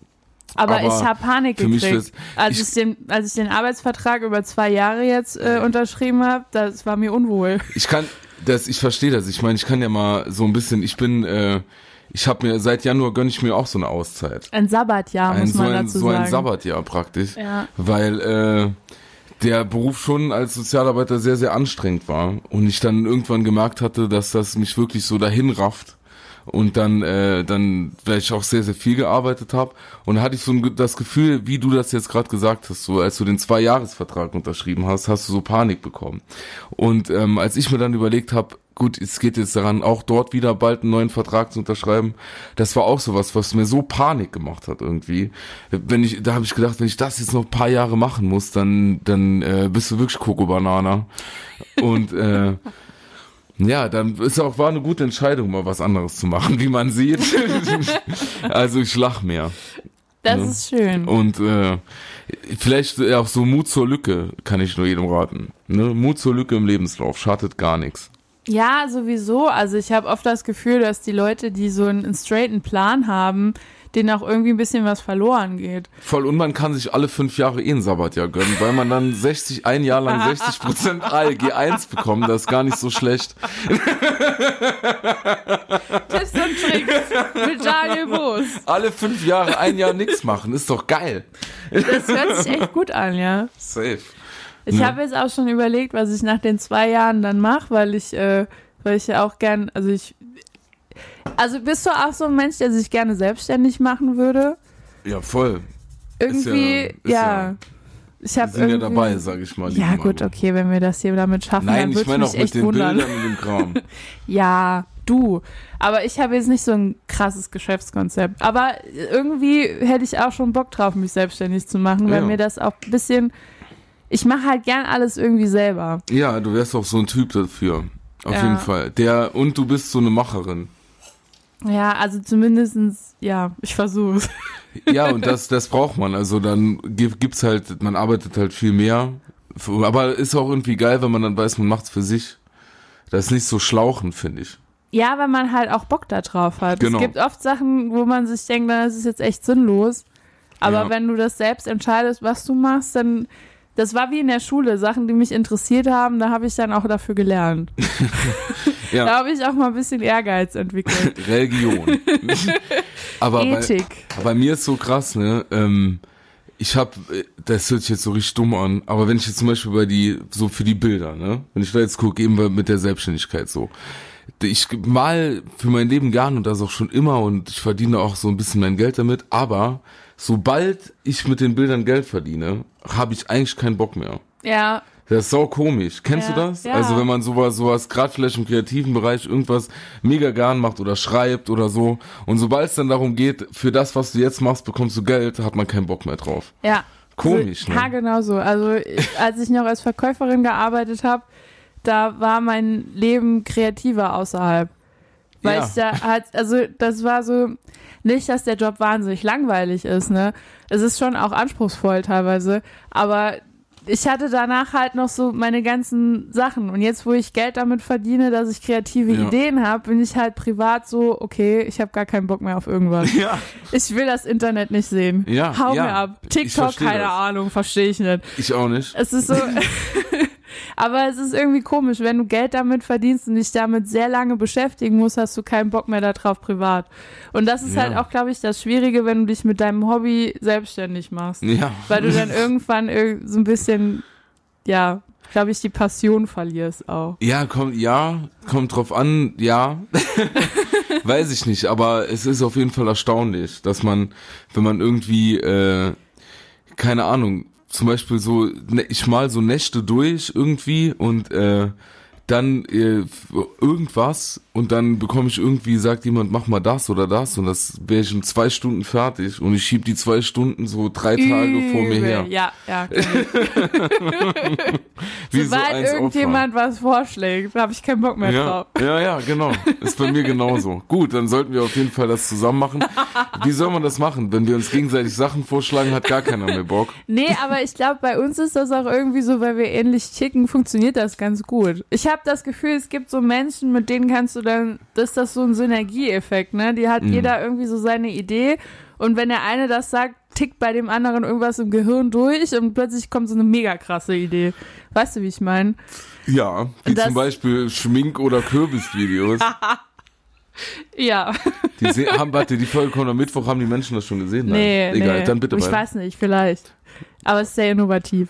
Speaker 2: Aber,
Speaker 1: Aber
Speaker 2: ich habe Panik
Speaker 1: für mich
Speaker 2: gekriegt.
Speaker 1: wär's-
Speaker 2: Als
Speaker 1: ich-
Speaker 2: ich, den, als ich den Arbeitsvertrag über zwei Jahre jetzt äh, unterschrieben habe, das war mir unwohl.
Speaker 1: Ich kann, das, ich verstehe das. Ich meine, ich kann ja mal so ein bisschen, ich bin, äh, ich habe mir, seit Januar gönn ich mir auch so eine Auszeit.
Speaker 2: Ein Sabbatjahr,
Speaker 1: ein,
Speaker 2: muss
Speaker 1: so
Speaker 2: man
Speaker 1: ein,
Speaker 2: dazu
Speaker 1: so
Speaker 2: sagen.
Speaker 1: ein Sabbatjahr praktisch,
Speaker 2: Ja.
Speaker 1: weil äh, der Beruf schon als Sozialarbeiter sehr, sehr anstrengend war und ich dann irgendwann gemerkt hatte, dass das mich wirklich so dahin rafft und dann, äh, dann weil ich auch sehr, sehr viel gearbeitet habe und da hatte ich so ein, Ge- das Gefühl, wie du das jetzt gerade gesagt hast, so als du den Zwei-Jahres-Vertrag unterschrieben hast, hast du so Panik bekommen und ähm, als ich mir dann überlegt habe, gut, es geht jetzt daran, auch dort wieder bald einen neuen Vertrag zu unterschreiben. Das war auch sowas, was mir so Panik gemacht hat irgendwie. Wenn ich, da habe ich gedacht, wenn ich das jetzt noch ein paar Jahre machen muss, dann, dann äh, bist du wirklich Kokobanana. Und äh, ja, dann ist auch war eine gute Entscheidung, mal was anderes zu machen, wie man sieht. also ich lach mehr.
Speaker 2: Das
Speaker 1: ne?
Speaker 2: ist schön.
Speaker 1: Und äh, vielleicht äh, auch so Mut zur Lücke kann ich nur jedem raten. Ne? Mut zur Lücke im Lebenslauf schadet gar nichts.
Speaker 2: Ja, sowieso. Also ich habe oft das Gefühl, dass die Leute, die so einen, einen straighten Plan haben, denen auch irgendwie ein bisschen was verloren geht.
Speaker 1: Voll, und man kann sich alle fünf Jahre eh ein Sabbatjahr gönnen, weil man dann 60, ein Jahr lang 60 Prozent ALG1 bekommt, das ist gar nicht so schlecht.
Speaker 2: Tipps und Tricks mit Daniel Boos.
Speaker 1: Alle fünf Jahre ein Jahr nichts machen, ist doch geil.
Speaker 2: Das hört sich echt gut an, ja.
Speaker 1: Safe.
Speaker 2: Ich
Speaker 1: Ja.
Speaker 2: habe jetzt auch schon überlegt, was ich nach den zwei Jahren dann mache, weil ich, äh, weil ich ja auch gern, also ich, also bist du auch so ein Mensch, der sich gerne selbstständig machen würde?
Speaker 1: Ja, voll. Ist ja-
Speaker 2: Irgendwie,
Speaker 1: ist
Speaker 2: ja.
Speaker 1: ja-
Speaker 2: Ich habe
Speaker 1: Wir sind ja
Speaker 2: irgendwie.
Speaker 1: dabei, sag ich mal. liebe
Speaker 2: Ja gut,
Speaker 1: Margot.
Speaker 2: okay, wenn wir das hier damit schaffen,
Speaker 1: Nein,
Speaker 2: dann
Speaker 1: ich
Speaker 2: würde
Speaker 1: meine
Speaker 2: mich
Speaker 1: auch mit
Speaker 2: echt
Speaker 1: den
Speaker 2: wundern.
Speaker 1: Bildern und dem Kram.
Speaker 2: Ja, du. Aber ich habe jetzt nicht so ein krasses Geschäftskonzept. Aber irgendwie hätte ich auch schon Bock drauf, mich selbstständig zu machen, weil
Speaker 1: Ja.
Speaker 2: mir das auch ein bisschen. Ich mache halt gern alles irgendwie selber.
Speaker 1: Ja, du wärst auch so ein Typ dafür. Auf
Speaker 2: Ja.
Speaker 1: jeden Fall. Der, und du bist so eine Macherin.
Speaker 2: Ja, also zumindestens, ja, ich versuche es.
Speaker 1: Ja, und das, das braucht man. Also dann gi- gibt's halt, man arbeitet halt viel mehr. F- Aber ist auch irgendwie geil, wenn man dann weiß, man macht's für sich. Das ist nicht so schlauchen, finde ich.
Speaker 2: Ja, weil man halt auch Bock da drauf hat.
Speaker 1: Genau.
Speaker 2: Es gibt oft Sachen, wo man sich denkt, na, das ist jetzt echt sinnlos. Aber
Speaker 1: Ja.
Speaker 2: wenn du das selbst entscheidest, was du machst, dann. Das war wie in der Schule, Sachen, die mich interessiert haben, da habe ich dann auch dafür gelernt.
Speaker 1: Ja.
Speaker 2: Da habe ich auch mal ein bisschen Ehrgeiz entwickelt.
Speaker 1: Religion. aber bei,
Speaker 2: Ethik.
Speaker 1: bei mir ist so krass, ne? Ähm, ich habe, das hört sich jetzt so richtig dumm an, aber wenn ich jetzt zum Beispiel bei die, so für die Bilder, ne? Wenn ich da jetzt gucke, eben bei- mit der Selbstständigkeit so. Ich mal für mein Leben gern und das auch schon immer und ich verdiene auch so ein bisschen mein Geld damit, aber sobald ich mit den Bildern Geld verdiene, habe ich eigentlich keinen Bock mehr.
Speaker 2: Ja,
Speaker 1: Das ist sau komisch. Kennst du
Speaker 2: Ja,
Speaker 1: das?
Speaker 2: ja.
Speaker 1: Also wenn man sowas, sowas gerade vielleicht im kreativen Bereich irgendwas mega gern macht oder schreibt oder so und sobald es dann darum geht, für das, was du jetzt machst, bekommst du Geld, hat man keinen Bock mehr drauf.
Speaker 2: ja.
Speaker 1: Komisch,
Speaker 2: also,
Speaker 1: ne?
Speaker 2: Ja, genau so. Also ich- als ich noch als Verkäuferin gearbeitet habe, da war mein Leben kreativer außerhalb. Weil
Speaker 1: Ja.
Speaker 2: ich da halt, also das war so, nicht, dass der Job wahnsinnig langweilig ist, ne? Es ist schon auch anspruchsvoll teilweise, aber ich hatte danach halt noch so meine ganzen Sachen. Und jetzt, wo ich Geld damit verdiene, dass ich kreative
Speaker 1: Ja.
Speaker 2: Ideen habe, bin ich halt privat so, okay, ich habe gar keinen Bock mehr auf irgendwas.
Speaker 1: Ja.
Speaker 2: Ich will das Internet nicht sehen.
Speaker 1: Ja,
Speaker 2: Hau
Speaker 1: ja.
Speaker 2: mir ab.
Speaker 1: Ich
Speaker 2: TikTok,
Speaker 1: verstehe
Speaker 2: keine
Speaker 1: das.
Speaker 2: Ahnung, verstehe ich nicht.
Speaker 1: Ich auch nicht.
Speaker 2: Es ist so. Aber es ist irgendwie komisch, wenn du Geld damit verdienst und dich damit sehr lange beschäftigen musst, hast du keinen Bock mehr darauf privat. Und das ist
Speaker 1: Ja.
Speaker 2: halt auch, glaube ich, das Schwierige, wenn du dich mit deinem Hobby selbstständig machst.
Speaker 1: Ja.
Speaker 2: Weil du dann irgendwann irg- so ein bisschen, ja, glaube ich, die Passion verlierst auch.
Speaker 1: Ja, kommt, ja, kommt drauf an, ja. Weiß ich nicht, aber es ist auf jeden Fall erstaunlich, dass man, wenn man irgendwie, äh, keine Ahnung, zum Beispiel so, ne- ich mal so Nächte durch irgendwie und äh, dann äh, f- irgendwas und dann bekomme ich irgendwie, sagt jemand, mach mal das oder das und das wäre ich in zwei Stunden fertig und ich schieb die zwei Stunden so drei Tage vor mir
Speaker 2: Übel.
Speaker 1: her.
Speaker 2: Ja, ja. kenn ich.
Speaker 1: Wie
Speaker 2: Sobald
Speaker 1: eins auffahren.
Speaker 2: irgendjemand was vorschlägt, habe ich keinen Bock mehr
Speaker 1: Ja,
Speaker 2: drauf.
Speaker 1: ja, ja, genau. Ist bei mir genauso. Gut, dann sollten wir auf jeden Fall das zusammen machen. Wie soll man das machen? Wenn wir uns gegenseitig Sachen vorschlagen, hat gar keiner mehr Bock.
Speaker 2: Nee, aber ich glaube, bei uns ist das auch irgendwie so, weil wir ähnlich ticken, funktioniert das ganz gut. Ich habe das Gefühl, es gibt so Menschen, mit denen kannst du dann, das ist das so ein Synergieeffekt, ne? Die
Speaker 1: Mhm.
Speaker 2: hat jeder irgendwie so seine Idee und wenn der eine das sagt, tickt bei dem anderen irgendwas im Gehirn durch und plötzlich kommt so eine mega krasse Idee. Weißt du, wie ich meine?
Speaker 1: Ja, wie
Speaker 2: Das-
Speaker 1: zum Beispiel Schmink- oder Kürbisvideos.
Speaker 2: Ja.
Speaker 1: Die se- haben, warte, die Folge kommt am Mittwoch, haben die Menschen das schon gesehen? Nein.
Speaker 2: nee,
Speaker 1: Egal,
Speaker 2: nee.
Speaker 1: dann bitte
Speaker 2: Ich
Speaker 1: weiter.
Speaker 2: weiß nicht, vielleicht. Aber es ist sehr innovativ.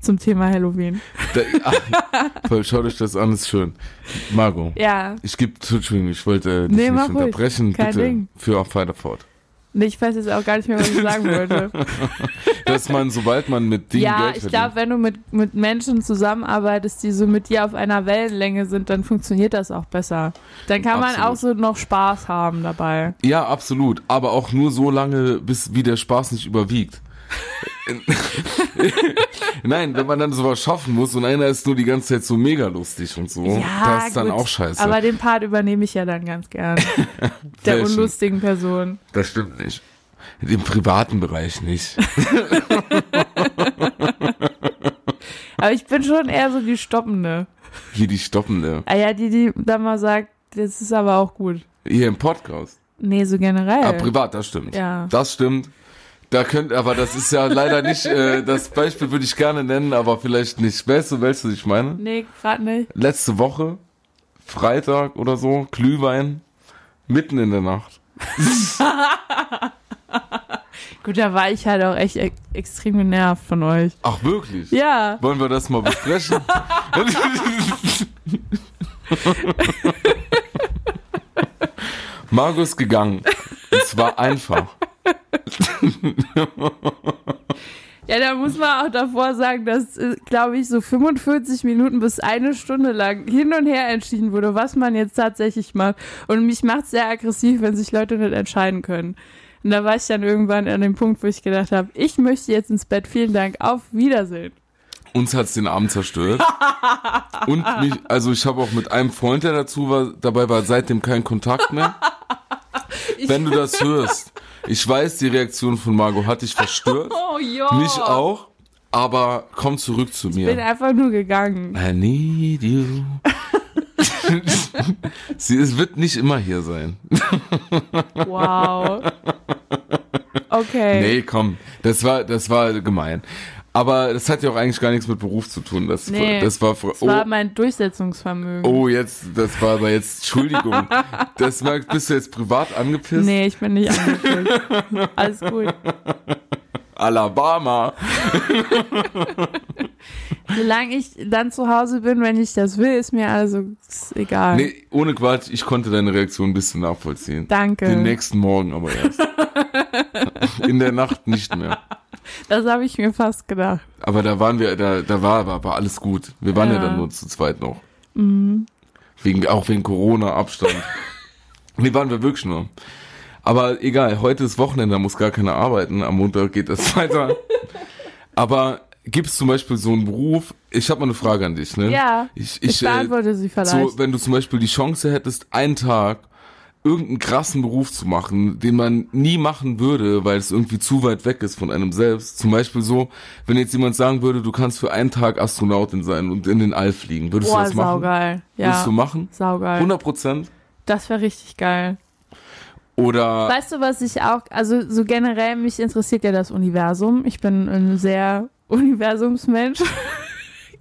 Speaker 2: Zum Thema Halloween.
Speaker 1: Da, ah, voll, schaut euch das an, ist schön. Margot,
Speaker 2: Ja,
Speaker 1: ich gebe, Entschuldigung, ich wollte äh, dich
Speaker 2: Nee, mach
Speaker 1: nicht
Speaker 2: ruhig.
Speaker 1: unterbrechen.
Speaker 2: Kein
Speaker 1: bitte,
Speaker 2: Ding.
Speaker 1: für auf weiter fort.
Speaker 2: Nee, ich weiß jetzt auch gar nicht mehr, was ich sagen wollte.
Speaker 1: Dass man, sobald man mit Dingen
Speaker 2: ja,
Speaker 1: Geld
Speaker 2: ich
Speaker 1: verdient,
Speaker 2: glaube, wenn du mit, mit Menschen zusammenarbeitest, die so mit dir auf einer Wellenlänge sind, dann funktioniert das auch besser. Dann kann man
Speaker 1: Absolut.
Speaker 2: auch so noch Spaß haben dabei.
Speaker 1: Ja, absolut. Aber auch nur so lange, bis wie der Spaß nicht überwiegt. Nein, wenn man dann sowas schaffen muss und einer ist nur die ganze Zeit so mega lustig und so, Oh, das ist dann
Speaker 2: gut.
Speaker 1: auch scheiße.
Speaker 2: Aber den Part übernehme ich ja dann ganz gern. der
Speaker 1: Welchen?
Speaker 2: unlustigen Person.
Speaker 1: das stimmt nicht. Im privaten Bereich nicht.
Speaker 2: Aber ich bin schon eher so die Stoppende.
Speaker 1: Hier die Stoppende.
Speaker 2: Ah ja, die, die dann mal sagt, das ist aber auch gut.
Speaker 1: Hier im Podcast.
Speaker 2: Nee, so generell.
Speaker 1: Ah, privat, das stimmt.
Speaker 2: Äh, Ja.
Speaker 1: Das stimmt. Da könnt, aber das ist ja leider nicht, äh, das Beispiel würde ich gerne nennen, aber vielleicht nicht. Weißt du, welches ich meine?
Speaker 2: nee, gerade nicht.
Speaker 1: letzte Woche, Freitag oder so, Glühwein, mitten in der Nacht.
Speaker 2: Gut, da war ich halt auch echt e extrem genervt von euch.
Speaker 1: Ach wirklich?
Speaker 2: Ja.
Speaker 1: Wollen wir das mal besprechen? Margot ist gegangen. Es war einfach.
Speaker 2: Ja, da muss man auch davor sagen, dass, glaube ich, so 45 Minuten bis eine Stunde lang hin und her entschieden wurde, was man jetzt tatsächlich macht. Und mich macht sehr aggressiv, wenn sich Leute nicht entscheiden können. Und da war ich dann irgendwann an dem Punkt, wo ich gedacht habe, ich möchte jetzt ins Bett. Vielen Dank. Auf Wiedersehen.
Speaker 1: Uns hat's den Abend zerstört. Und mich, also ich habe auch mit einem Freund, der dazu war, dabei war seitdem kein Kontakt mehr. Wenn du das hörst, ich weiß, die Reaktion von Margot hat dich verstört.
Speaker 2: Oh ja.
Speaker 1: Mich auch, aber komm zurück zu
Speaker 2: Ich bin
Speaker 1: mir.
Speaker 2: einfach nur gegangen.
Speaker 1: I need you. Sie es wird nicht immer hier sein.
Speaker 2: Wow. Okay.
Speaker 1: Nee, komm, das war das war gemein. Aber das hat ja auch eigentlich gar nichts mit Beruf zu tun. Das
Speaker 2: Nee,
Speaker 1: das war, fr-
Speaker 2: Das
Speaker 1: oh,
Speaker 2: war mein Durchsetzungsvermögen.
Speaker 1: oh jetzt das war aber jetzt Entschuldigung. Das merkt bist du jetzt privat angepisst?
Speaker 2: Nee, ich bin nicht angepisst. Alles gut.
Speaker 1: Alabama.
Speaker 2: Solange ich dann zu Hause bin, wenn ich das will, ist mir also ist egal.
Speaker 1: Nee, ohne Quatsch, ich konnte deine Reaktion ein bisschen nachvollziehen.
Speaker 2: Danke.
Speaker 1: Den nächsten Morgen aber erst. In der Nacht nicht mehr.
Speaker 2: Das habe ich mir fast gedacht.
Speaker 1: Aber da waren wir, da, da war, war, war alles gut. Wir waren ja,
Speaker 2: Ja.
Speaker 1: dann nur zu zweit noch. Wegen, auch wegen Corona, Abstand. nee, waren wir wirklich nur. Aber egal, heute ist Wochenende, da muss gar keiner arbeiten. Am Montag geht das weiter. Aber gibt's zum Beispiel so einen Beruf? Ich habe mal eine Frage an dich, ne?
Speaker 2: Ja.
Speaker 1: Ich,
Speaker 2: Ich,
Speaker 1: ich, äh,
Speaker 2: beantworte sie vielleicht.
Speaker 1: so, wenn du zum Beispiel die Chance hättest, einen Tag irgendeinen krassen Beruf zu machen, den man nie machen würde, weil es irgendwie zu weit weg ist von einem selbst. Zum Beispiel so, wenn jetzt jemand sagen würde, du kannst für einen Tag Astronautin sein und in den All fliegen, würdest du
Speaker 2: Boah,
Speaker 1: das machen?
Speaker 2: saugeil.
Speaker 1: Würdest
Speaker 2: Ja,
Speaker 1: du machen?
Speaker 2: saugeil.
Speaker 1: 100 Prozent?
Speaker 2: Das wäre richtig geil.
Speaker 1: Oder
Speaker 2: Weißt du, was ich auch, also so generell, mich interessiert ja das Universum. Ich bin ein sehr Universumsmensch.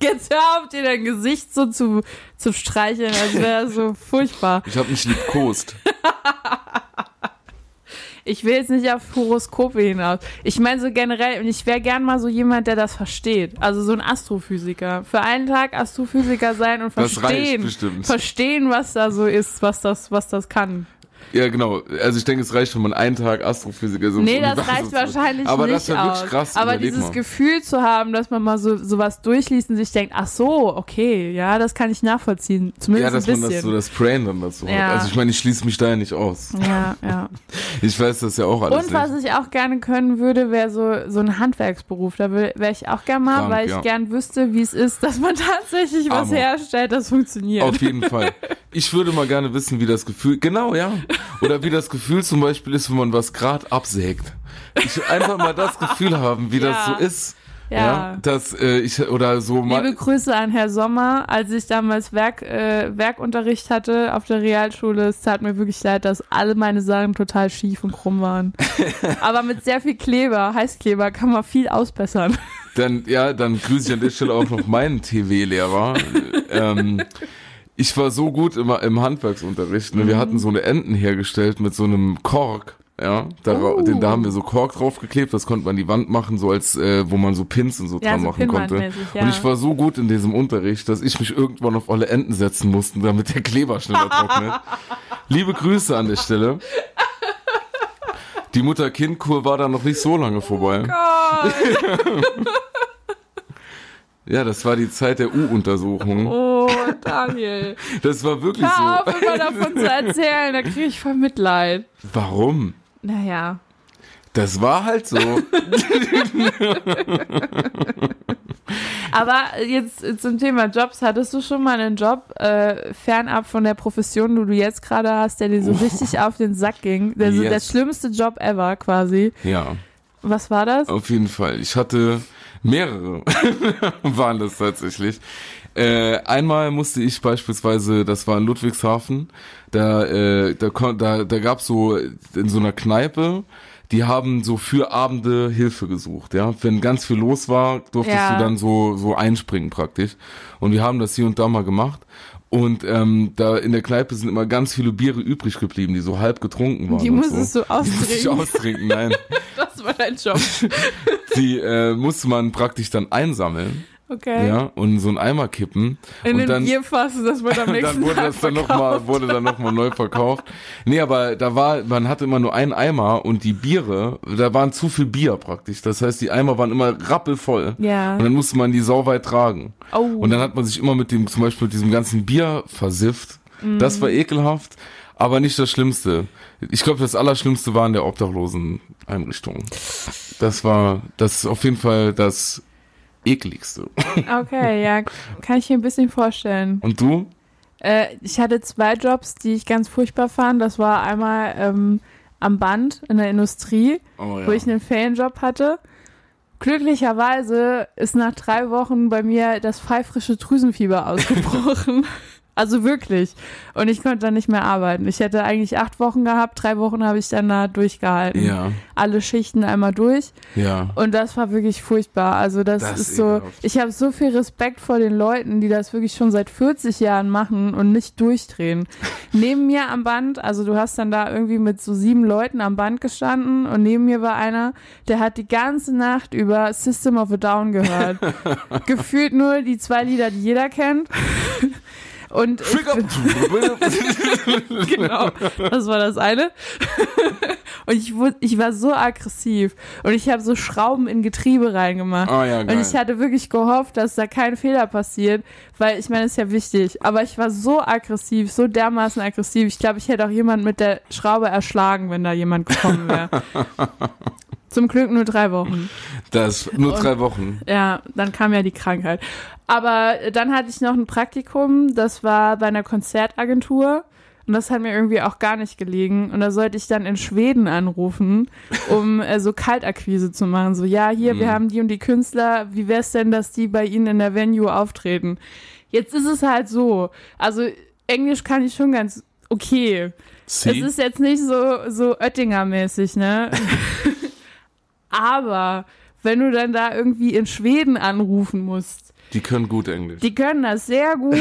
Speaker 2: Jetzt hör auf, dir dein Gesicht so zu, zu streicheln, als wäre das so furchtbar.
Speaker 1: ich habe mich liebkost.
Speaker 2: Ich will jetzt nicht auf Horoskope hinaus. Ich meine so generell, und ich wäre gern mal so jemand, der das versteht. Also so ein Astrophysiker. Für einen Tag Astrophysiker sein und
Speaker 1: Das reicht
Speaker 2: verstehen.
Speaker 1: bestimmt.
Speaker 2: Verstehen, was da so ist, was das, was das kann.
Speaker 1: Ja, genau. Also ich denke, es reicht, wenn man einen Tag Astrophysiker um so
Speaker 2: Nee, das reicht wahrscheinlich
Speaker 1: Aber
Speaker 2: nicht
Speaker 1: das wäre
Speaker 2: aus.
Speaker 1: wirklich krass.
Speaker 2: Aber
Speaker 1: überleg
Speaker 2: dieses
Speaker 1: mal.
Speaker 2: Gefühl zu haben, dass man mal so sowas durchliest und sich denkt, ach so, okay, ja, das kann ich nachvollziehen,
Speaker 1: Ja,
Speaker 2: zumindest
Speaker 1: dass man
Speaker 2: ein
Speaker 1: das so
Speaker 2: bisschen.
Speaker 1: das Praying dann dazu
Speaker 2: Ja.
Speaker 1: hat. Also ich meine, ich schließe mich da ja nicht aus.
Speaker 2: ja, ja.
Speaker 1: Ich weiß das ja auch alles
Speaker 2: Und was
Speaker 1: nicht.
Speaker 2: ich auch gerne können würde, wäre so, so ein Handwerksberuf. Da wäre ich auch gern mal,
Speaker 1: Krank,
Speaker 2: weil ich
Speaker 1: ja.
Speaker 2: gern wüsste, wie es ist, dass man tatsächlich was
Speaker 1: Armut.
Speaker 2: herstellt, das funktioniert.
Speaker 1: Auf jeden Fall. Ich würde mal gerne wissen, wie das Gefühl, genau, ja. Oder wie das Gefühl zum Beispiel ist, wenn man was grad absägt. Ich will einfach mal das Gefühl haben, wie das
Speaker 2: Ja.
Speaker 1: so ist.
Speaker 2: Ja.
Speaker 1: Dass äh, ich, oder so
Speaker 2: Liebe
Speaker 1: mal,
Speaker 2: Grüße an Herr Sommer. Als ich damals Werk, äh, Werkunterricht hatte auf der Realschule, es tat mir wirklich leid, dass alle meine Sachen total schief und krumm waren. Aber mit sehr viel Kleber, Heißkleber, kann man viel ausbessern.
Speaker 1: dann, ja, dann grüße ich an der Stelle auch noch meinen TV-Lehrer. ähm, ich war so gut im, im Handwerksunterricht. Ne? Wir
Speaker 2: Mhm.
Speaker 1: hatten so eine Enten hergestellt mit so einem Kork. Ja, da,
Speaker 2: Oh.
Speaker 1: den, da haben wir so Kork draufgeklebt, das konnte man an die Wand machen, so als, äh, wo man so Pins und so
Speaker 2: Ja,
Speaker 1: dran
Speaker 2: so
Speaker 1: machen konnte.
Speaker 2: Pinnwandmäßig, ja.
Speaker 1: Und ich war so gut in diesem Unterricht, dass ich mich irgendwann auf alle Enten setzen musste, damit der Kleber schneller trocknet. Liebe Grüße an der Stelle. Die Mutter-Kind-Kur war da noch nicht so lange
Speaker 2: Oh
Speaker 1: vorbei. Ja, das war die Zeit der U-Untersuchung.
Speaker 2: Oh, Daniel.
Speaker 1: Das war wirklich
Speaker 2: Hör
Speaker 1: so.
Speaker 2: auf, immer davon zu erzählen, da kriege ich voll Mitleid.
Speaker 1: Warum?
Speaker 2: Naja.
Speaker 1: Das war halt so.
Speaker 2: Aber jetzt äh, zum Thema Jobs. Hattest du schon mal einen Job äh, fernab von der Profession, die du jetzt gerade hast, der dir so richtig auf den Sack ging? Der, so, der
Speaker 1: Oh. Yes.
Speaker 2: schlimmste Job ever quasi.
Speaker 1: Ja,
Speaker 2: Was war das?
Speaker 1: auf jeden Fall. Ich hatte mehrere, waren das tatsächlich. Äh, einmal musste ich beispielsweise, das war in Ludwigshafen, da, äh, da, kon- da, da gab's so in so einer Kneipe, die haben so für Abende Hilfe gesucht, ja. Wenn ganz viel los war, durftest
Speaker 2: Ja.
Speaker 1: du dann so, so einspringen praktisch. Und wir haben das hier und da mal gemacht. Und ähm, da in der Kneipe sind immer ganz viele Biere übrig geblieben, die so halb getrunken waren.
Speaker 2: Die
Speaker 1: und
Speaker 2: musstest
Speaker 1: so.
Speaker 2: du austrinken.
Speaker 1: Die musste ich austrinken, nein.
Speaker 2: Das war dein Job.
Speaker 1: die äh, musste man praktisch dann einsammeln,
Speaker 2: Okay.
Speaker 1: ja, und in so einen Eimer kippen.
Speaker 2: In
Speaker 1: und
Speaker 2: den
Speaker 1: dann,
Speaker 2: Bierfassen, das wurde am nächsten
Speaker 1: dann wurde
Speaker 2: Tag
Speaker 1: das dann
Speaker 2: verkauft.
Speaker 1: nochmal, wurde dann nochmal neu verkauft. Nee, aber da war, man hatte immer nur einen Eimer und die Biere, da waren zu viel Bier praktisch. Das heißt, die Eimer waren immer rappelvoll.
Speaker 2: Ja.
Speaker 1: Und dann musste man die sauweit tragen.
Speaker 2: Oh.
Speaker 1: Und dann hat man sich immer mit dem, zum Beispiel mit diesem ganzen Bier versifft. Das war ekelhaft, aber nicht das Schlimmste. Ich glaube, das Allerschlimmste war in der Obdachloseneinrichtung. Das war, das ist auf jeden Fall das Ekeligste.
Speaker 2: Okay, ja, kann ich mir ein bisschen vorstellen.
Speaker 1: Und du?
Speaker 2: Äh, ich hatte zwei Jobs, die ich ganz furchtbar fand. Das war einmal ähm, am Band in der Industrie.
Speaker 1: Oh, ja.
Speaker 2: wo ich ne- einen Ferienjob hatte. Glücklicherweise ist nach drei Wochen bei mir das pfeifrische Drüsenfieber ausgebrochen. also wirklich. Und ich konnte dann nicht mehr arbeiten. Ich hätte eigentlich acht Wochen gehabt, drei Wochen habe ich dann da durchgehalten.
Speaker 1: ja,
Speaker 2: Alle Schichten einmal durch.
Speaker 1: ja.
Speaker 2: Und das war wirklich furchtbar. Also das,
Speaker 1: Das
Speaker 2: ist
Speaker 1: ist
Speaker 2: so,
Speaker 1: ekelhaft.
Speaker 2: ich habe so viel Respekt vor den Leuten, die das wirklich schon seit 40 Jahren machen und nicht durchdrehen. neben mir am Band, also du hast dann da irgendwie mit so sieben Leuten am Band gestanden und neben mir war einer, der hat die ganze Nacht über System of a Down gehört. Gefühlt nur die zwei Lieder, die jeder kennt. Und ich-
Speaker 1: Trigger.
Speaker 2: genau, das war das eine. Und ich, wu- ich war so aggressiv und ich habe so Schrauben in Getriebe reingemacht.
Speaker 1: Ah, ja, geil.
Speaker 2: Und ich hatte wirklich gehofft, dass da kein Fehler passiert, weil ich meine, ist ja wichtig. Aber ich war so aggressiv, so dermaßen aggressiv. Ich glaube, ich hätte auch jemanden mit der Schraube erschlagen, wenn da jemand gekommen wäre. Zum Glück nur drei Wochen.
Speaker 1: Das, nur drei Wochen.
Speaker 2: Ja, dann kam ja die Krankheit. Aber dann hatte ich noch ein Praktikum, das war bei einer Konzertagentur. Und das hat mir irgendwie auch gar nicht gelegen. Und da sollte ich dann in Schweden anrufen, um äh, so Kaltakquise zu machen. So, ja, hier, wir haben die und die Künstler. Wie wär's denn, dass die bei Ihnen in der Venue auftreten? Jetzt ist es halt so. Also, Englisch kann ich schon ganz okay.
Speaker 1: Sie?
Speaker 2: Es ist jetzt nicht so, so Oettinger-mäßig, ne? Aber wenn du dann da irgendwie in Schweden anrufen musst,
Speaker 1: Die können gut Englisch.
Speaker 2: die können das sehr gut.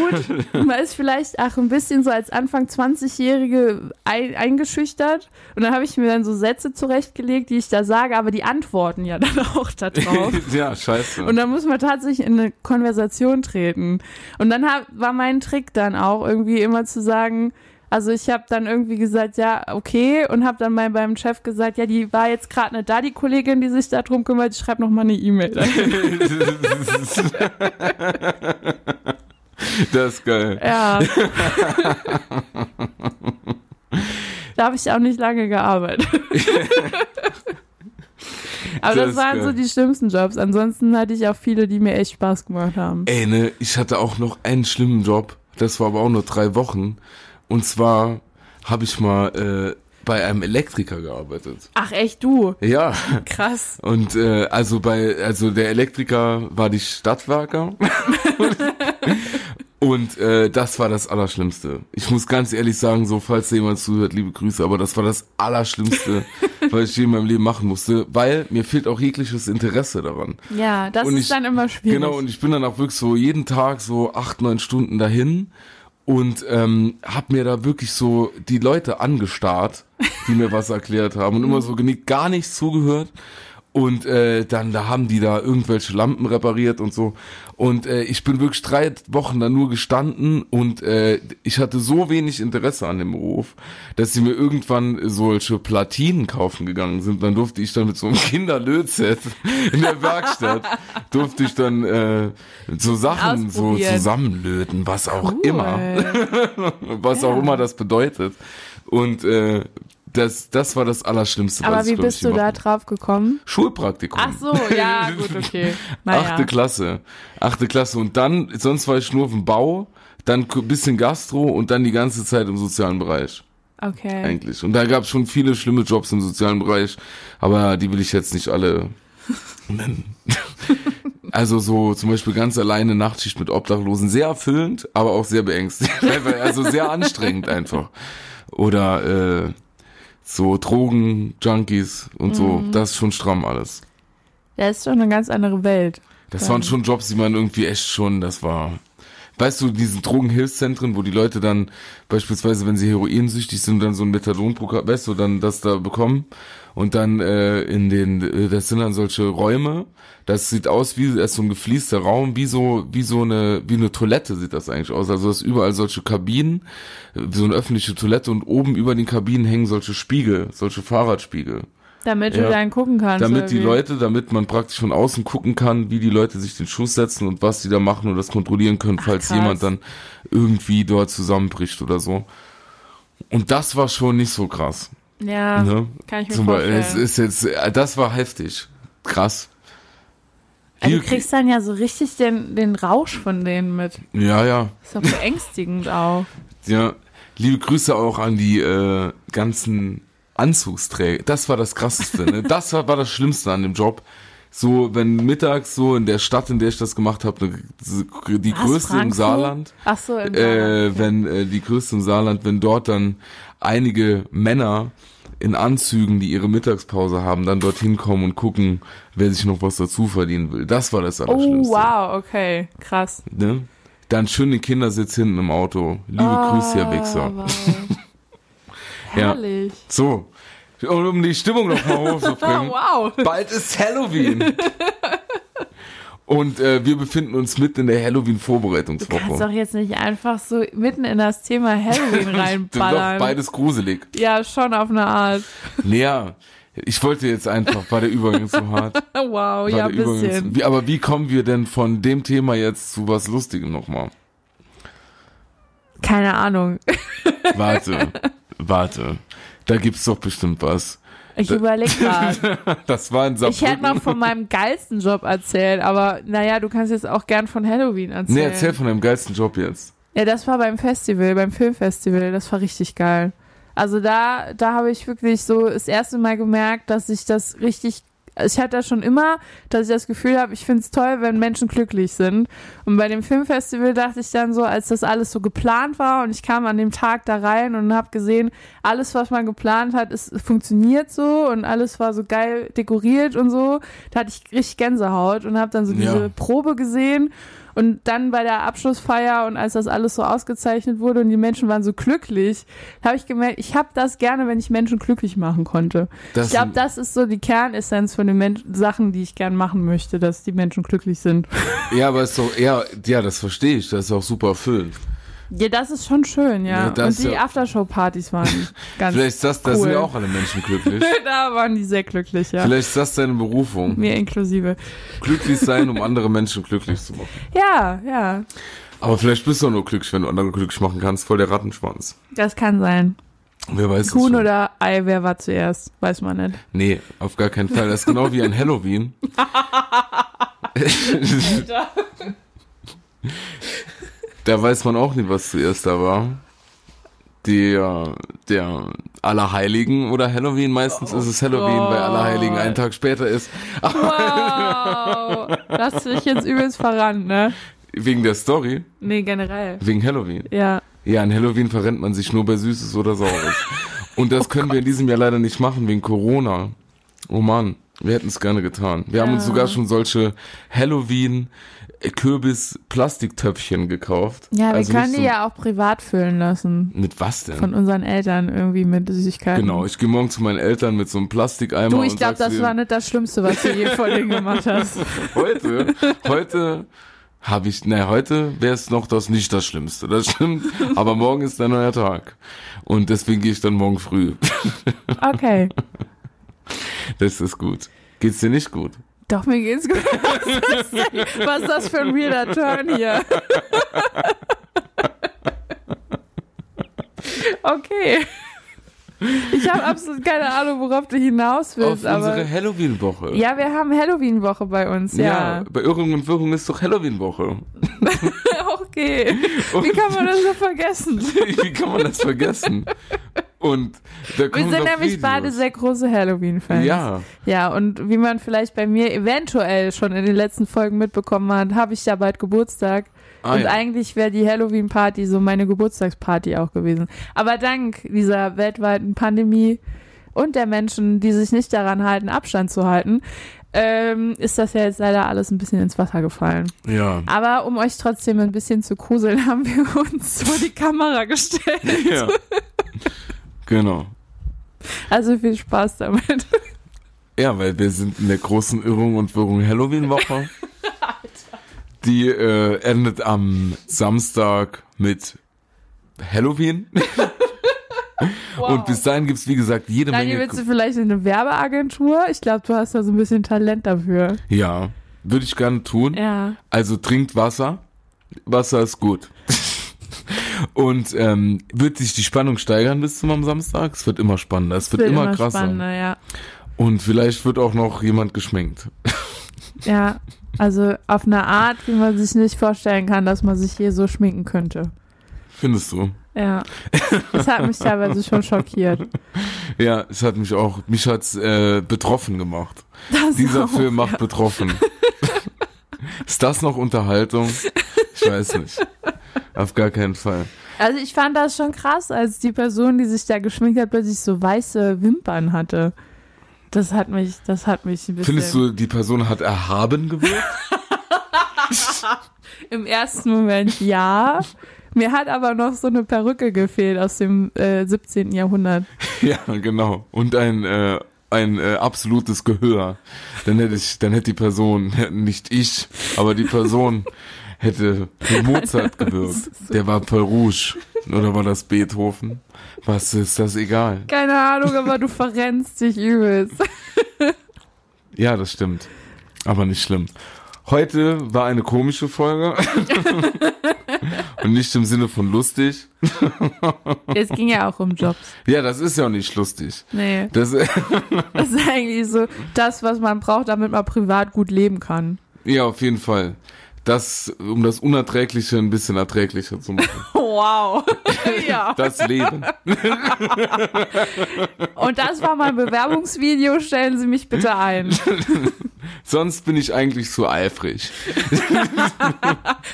Speaker 2: Man ist vielleicht auch ein bisschen so als Anfang 20-Jährige ein, eingeschüchtert. Und dann habe ich mir dann so Sätze zurechtgelegt, die ich da sage, aber die antworten ja dann auch da drauf.
Speaker 1: ja, scheiße.
Speaker 2: Und dann muss man tatsächlich in eine Konversation treten. Und dann hab, war mein Trick dann auch irgendwie immer zu sagen, also ich habe dann irgendwie gesagt, ja, okay, und habe dann mal beim Chef gesagt, ja, die war jetzt gerade nicht da, die Kollegin, die sich darum kümmert, ich schreibe nochmal eine E-Mail.
Speaker 1: das ist geil.
Speaker 2: Ja. da habe ich auch nicht lange gearbeitet. Aber
Speaker 1: Das
Speaker 2: das,
Speaker 1: ist
Speaker 2: waren
Speaker 1: geil.
Speaker 2: so die schlimmsten Jobs. Ansonsten hatte ich auch viele, die mir echt Spaß gemacht haben.
Speaker 1: Ey, ne, ich hatte auch noch einen schlimmen Job. Das war aber auch nur drei Wochen. Und zwar habe ich mal äh, bei einem Elektriker gearbeitet.
Speaker 2: Ach echt, du?
Speaker 1: Ja,
Speaker 2: Krass.
Speaker 1: und äh, also bei, also der Elektriker war die Stadtwerker. Und äh, das war das Allerschlimmste. Ich muss ganz ehrlich sagen, so falls da jemand zuhört, liebe Grüße, aber das war das Allerschlimmste, was ich je in meinem Leben machen musste, weil mir fehlt auch jegliches Interesse daran.
Speaker 2: Ja, das
Speaker 1: Und
Speaker 2: ist
Speaker 1: ich-
Speaker 2: dann immer schwierig.
Speaker 1: Genau, und ich bin dann auch wirklich so jeden Tag so acht, neun Stunden dahin und ähm, hab mir da wirklich so die Leute angestarrt, die mir was erklärt haben und immer so genickt, gar nichts zugehört. Und äh, dann da haben die da irgendwelche Lampen repariert und so. Und äh, ich bin wirklich drei Wochen da nur gestanden und äh, ich hatte so wenig Interesse an dem Beruf, dass sie mir irgendwann solche Platinen kaufen gegangen sind. Dann durfte ich dann mit so einem Kinderlötset in der Werkstatt, durfte ich dann äh, so Sachen so
Speaker 2: Ausprobieren.
Speaker 1: zusammenlöten, was auch
Speaker 2: Cool.
Speaker 1: immer was auch immer das bedeutet. Und äh, das, das war das Allerschlimmste.
Speaker 2: Aber
Speaker 1: was ich,
Speaker 2: wie
Speaker 1: glaub ich,
Speaker 2: bist du
Speaker 1: je
Speaker 2: da
Speaker 1: machen-
Speaker 2: drauf gekommen?
Speaker 1: Schulpraktikum.
Speaker 2: Ach so, ja, gut, okay. Naja.
Speaker 1: Achte Klasse. Achte Klasse. Und dann, sonst war ich nur auf dem Bau, dann k- bisschen Gastro und dann die ganze Zeit im sozialen Bereich
Speaker 2: Okay.
Speaker 1: eigentlich. Und da gab es schon viele schlimme Jobs im sozialen Bereich, aber die will ich jetzt nicht alle nennen. Also so zum Beispiel ganz alleine Nachtschicht mit Obdachlosen, sehr erfüllend, aber auch sehr beängstigend. Also sehr anstrengend einfach. Oder äh, so Drogen, Junkies und so, das ist schon stramm alles.
Speaker 2: Das ist schon eine ganz andere Welt.
Speaker 1: Das waren schon Jobs, die man irgendwie echt schon, das war. Weißt du, diesen Drogenhilfszentren, wo die Leute dann beispielsweise, wenn sie heroinsüchtig sind, dann so ein Methadonprogramm, weißt du, dann das da bekommen und dann äh, in den, äh, das sind dann solche Räume, das sieht aus wie das ist so ein gefließter Raum, wie so wie so eine wie eine Toilette sieht das eigentlich aus. Also das ist überall solche Kabinen, äh, so eine öffentliche Toilette und oben über den Kabinen hängen solche Spiegel, solche Fahrradspiegel.
Speaker 2: Damit
Speaker 1: Ja.
Speaker 2: du dann gucken kannst.
Speaker 1: Damit
Speaker 2: oder
Speaker 1: die
Speaker 2: wie?
Speaker 1: Leute, damit man praktisch von außen gucken kann, wie die Leute sich den Schuss setzen und was die da machen und das kontrollieren können, falls
Speaker 2: krass.
Speaker 1: jemand dann irgendwie dort zusammenbricht oder so. Und das war schon nicht so krass.
Speaker 2: Ja,
Speaker 1: ne?
Speaker 2: kann ich mir
Speaker 1: Zum Beispiel,
Speaker 2: vorstellen.
Speaker 1: es ist jetzt, äh, das war heftig. Krass.
Speaker 2: also, du
Speaker 1: Hier-
Speaker 2: kriegst dann ja so richtig den, den Rausch von denen mit.
Speaker 1: ja, ja.
Speaker 2: Ist doch beängstigend auch.
Speaker 1: Ja, liebe Grüße auch an die äh, ganzen Anzugsträger. Das war das Krasseste. Ne? Das war, war das Schlimmste an dem Job. So, wenn mittags so in der Stadt, in der ich das gemacht habe, ne, die
Speaker 2: Was,
Speaker 1: größte im
Speaker 2: Frankfurt?
Speaker 1: Saarland,
Speaker 2: Ach so, im
Speaker 1: äh,
Speaker 2: Saarland.
Speaker 1: wenn äh, die größte im Saarland, wenn dort dann einige Männer in Anzügen, die ihre Mittagspause haben, dann dorthin kommen und gucken, wer sich noch was dazu verdienen will. Das war das
Speaker 2: Oh,
Speaker 1: Allerschlimmste.
Speaker 2: wow, okay. Krass.
Speaker 1: Ne? Dann schön den Kindersitz hinten im Auto. Liebe Grüße, Herr Wichser.
Speaker 2: Ah, wow.
Speaker 1: Ja.
Speaker 2: Herrlich.
Speaker 1: So, und um die Stimmung noch mal hochzubringen,
Speaker 2: Oh, wow.
Speaker 1: bald ist Halloween. Und äh, wir befinden uns mitten in der
Speaker 2: Du kannst
Speaker 1: Halloween-Vorbereitungswoche.
Speaker 2: doch jetzt nicht einfach so mitten in das Thema Halloween
Speaker 1: Doch,
Speaker 2: reinballern.
Speaker 1: beides gruselig.
Speaker 2: Ja, schon auf eine Art.
Speaker 1: Naja, ich wollte jetzt einfach, war der Übergang zu hart. War
Speaker 2: Oh, Wow, ja,
Speaker 1: der
Speaker 2: ein
Speaker 1: Übergang zu-
Speaker 2: bisschen.
Speaker 1: Wie, aber wie kommen wir denn von dem Thema jetzt zu was Lustigem nochmal?
Speaker 2: Keine Ahnung.
Speaker 1: Warte, warte. Da gibt's doch bestimmt was.
Speaker 2: Ich überlege gerade.
Speaker 1: Das war in
Speaker 2: Ich hätte
Speaker 1: Saarbrücken.
Speaker 2: noch von meinem geilsten Job erzählt, aber naja, du kannst jetzt auch gern von Halloween erzählen.
Speaker 1: Nee, erzähl von deinem geilsten Job jetzt.
Speaker 2: Ja, das war beim Festival, beim Filmfestival. Das war richtig geil. Also da, da habe ich wirklich so das erste Mal gemerkt, dass ich das richtig. Ich hatte das schon immer, dass ich das Gefühl habe, ich finde es toll, wenn Menschen glücklich sind. Und bei dem Filmfestival dachte ich dann so, als das alles so geplant war und ich kam an dem Tag da rein und habe gesehen, alles, was man geplant hat, ist, funktioniert so und alles war so geil dekoriert und so. Da hatte ich richtig Gänsehaut und habe dann so
Speaker 1: Ja.
Speaker 2: diese Probe gesehen und dann bei der Abschlussfeier und als das alles so ausgezeichnet wurde und die Menschen waren so glücklich, habe ich gemerkt, ich habe das gerne, wenn ich Menschen glücklich machen konnte.
Speaker 1: Das-
Speaker 2: ich glaube, das ist so die Kernessenz von den Men Sachen, die ich gern machen möchte, dass die Menschen glücklich sind.
Speaker 1: Ja, aber ist doch, ja, ja, das verstehe ich. Das ist auch super erfüllend.
Speaker 2: Ja, das ist schon schön,
Speaker 1: Ja,
Speaker 2: ja.
Speaker 1: das
Speaker 2: und die
Speaker 1: ja-
Speaker 2: Aftershow-Partys waren ganz
Speaker 1: Vielleicht ist das, da sind
Speaker 2: cool.
Speaker 1: ja auch alle Menschen glücklich.
Speaker 2: da waren die sehr glücklich, ja.
Speaker 1: Vielleicht ist das deine Berufung.
Speaker 2: Mir inklusive.
Speaker 1: Glücklich sein, um andere Menschen glücklich zu machen.
Speaker 2: Ja, ja.
Speaker 1: Aber vielleicht bist du auch nur glücklich, wenn du andere glücklich machen kannst. Voll der Rattenschwanz.
Speaker 2: Das kann sein.
Speaker 1: Wer weiß es
Speaker 2: Huhn
Speaker 1: schon.
Speaker 2: oder Ei, wer war zuerst? Weiß man nicht.
Speaker 1: Nee, auf gar keinen Fall. Das ist genau wie ein Halloween. da weiß man auch nie, was zuerst da war. Der, der Allerheiligen oder Halloween. Meistens
Speaker 2: Oh
Speaker 1: ist es Halloween, weil Allerheiligen einen Tag später ist.
Speaker 2: Wow. Das hast du dich jetzt übelst verrannt, ne?
Speaker 1: Wegen der Story,
Speaker 2: Nee, generell.
Speaker 1: wegen Halloween.
Speaker 2: Ja.
Speaker 1: Ja, an Halloween verrennt man sich nur bei Süßes oder Saures. Und
Speaker 2: Oh
Speaker 1: das können wir in diesem Jahr leider nicht machen wegen Corona. Oh Mann, wir hätten es gerne getan. Wir haben uns
Speaker 2: Ja.
Speaker 1: sogar schon solche Halloween-Kürbis-Plastiktöpfchen gekauft.
Speaker 2: Ja, wir
Speaker 1: Also
Speaker 2: können
Speaker 1: nicht
Speaker 2: die
Speaker 1: so-
Speaker 2: ja auch privat füllen lassen.
Speaker 1: Mit was denn?
Speaker 2: Von unseren Eltern irgendwie mit Süßigkeiten.
Speaker 1: genau, ich gehe morgen zu meinen Eltern mit so einem Plastikeimer
Speaker 2: Du, ich
Speaker 1: und
Speaker 2: glaube,
Speaker 1: sag zu
Speaker 2: das war
Speaker 1: ihnen,
Speaker 2: nicht das Schlimmste, was du je vor denen gemacht hast.
Speaker 1: heute, heute habe ich, naja, heute wäre es noch das nicht das Schlimmste, das stimmt, aber morgen ist ein neuer Tag und deswegen gehe ich dann morgen früh.
Speaker 2: Okay.
Speaker 1: Das ist gut. Geht's dir nicht gut?
Speaker 2: Doch, mir geht's gut. Was ist, denn, was ist das für ein weirder Turn hier? Okay. Ich habe absolut keine Ahnung, worauf du hinaus
Speaker 1: Auf
Speaker 2: willst, aber.
Speaker 1: unsere Halloween-Woche.
Speaker 2: Ja, wir haben Halloween-Woche bei uns, ja.
Speaker 1: Bei Irrung und Wirrung ist doch Halloween-Woche.
Speaker 2: Okay. Wie kann man das so vergessen?
Speaker 1: Wie kann man das vergessen? Und da
Speaker 2: Wir
Speaker 1: kommen
Speaker 2: sind
Speaker 1: doch
Speaker 2: nämlich
Speaker 1: Videos.
Speaker 2: beide sehr große Halloween-Fans.
Speaker 1: Ja,
Speaker 2: Ja, und wie man vielleicht bei mir eventuell schon in den letzten Folgen mitbekommen hat, habe ich ja bald Geburtstag.
Speaker 1: Ah,
Speaker 2: und
Speaker 1: ja.
Speaker 2: eigentlich wäre die Halloween-Party so meine Geburtstagsparty auch gewesen. Aber dank dieser weltweiten Pandemie und der Menschen, die sich nicht daran halten, Abstand zu halten, ähm, ist das ja jetzt leider alles ein bisschen ins Wasser gefallen.
Speaker 1: ja.
Speaker 2: Aber um euch trotzdem ein bisschen zu kuseln, haben wir uns vor die Kamera gestellt.
Speaker 1: ja. Genau.
Speaker 2: Also viel Spaß damit.
Speaker 1: Ja, weil wir sind in der großen Irrung und Wirrung Halloween-Woche. Die äh, endet am Samstag mit Halloween. Und bis dahin gibt's wie gesagt, jede
Speaker 2: Daniel,
Speaker 1: Menge.
Speaker 2: willst du vielleicht in eine Werbeagentur? Ich glaube, du hast da so ein bisschen Talent dafür.
Speaker 1: Ja, würde ich gerne tun.
Speaker 2: Ja.
Speaker 1: Also trinkt Wasser. Wasser ist gut. Und ähm, wird sich die Spannung steigern bis zum am Samstag? Es wird immer spannender, es wird, immer, krasser.
Speaker 2: spannender, ja.
Speaker 1: Und vielleicht wird auch noch jemand geschminkt.
Speaker 2: Ja, also auf eine Art, wie man sich nicht vorstellen kann, dass man sich hier so schminken könnte.
Speaker 1: Findest du?
Speaker 2: Ja. Das hat mich teilweise schon schockiert.
Speaker 1: Ja, es hat mich auch, mich hat's äh, betroffen gemacht.
Speaker 2: Das
Speaker 1: Dieser
Speaker 2: auch.
Speaker 1: Film macht betroffen. ist das noch Unterhaltung? Ich weiß nicht. Auf gar keinen Fall.
Speaker 2: Also ich fand das schon krass, als die Person, die sich da geschminkt hat, plötzlich so weiße Wimpern hatte. Das hat mich, das hat mich ein bisschen.
Speaker 1: Findest du, die Person hat erhaben gewirkt?
Speaker 2: Im ersten Moment ja. Mir hat aber noch so eine Perücke gefehlt aus dem äh, 17. Jahrhundert.
Speaker 1: Ja, genau. Und ein, äh, ein äh, absolutes Gehör. Dann hätte ich, dann hätte die Person, nicht ich, aber die Person hätte wie Mozart gewirkt. Der war Paul Rouge. Oder war das Beethoven? Was ist das egal?
Speaker 2: Keine Ahnung, aber du verrennst dich übelst.
Speaker 1: Ja, das stimmt. Aber nicht schlimm. Heute war eine komische Folge. Und nicht im Sinne von lustig.
Speaker 2: Es ging ja auch um Jobs.
Speaker 1: Ja, das ist ja auch nicht lustig.
Speaker 2: Nee,
Speaker 1: Das,
Speaker 2: das ist eigentlich so das, was man braucht, damit man privat gut leben kann.
Speaker 1: ja, auf jeden Fall. das, um das Unerträgliche ein bisschen erträglicher zu machen.
Speaker 2: Wow. ja.
Speaker 1: Das Leben.
Speaker 2: Und das war mein Bewerbungsvideo. Stellen Sie mich bitte ein.
Speaker 1: Sonst bin ich eigentlich so eifrig.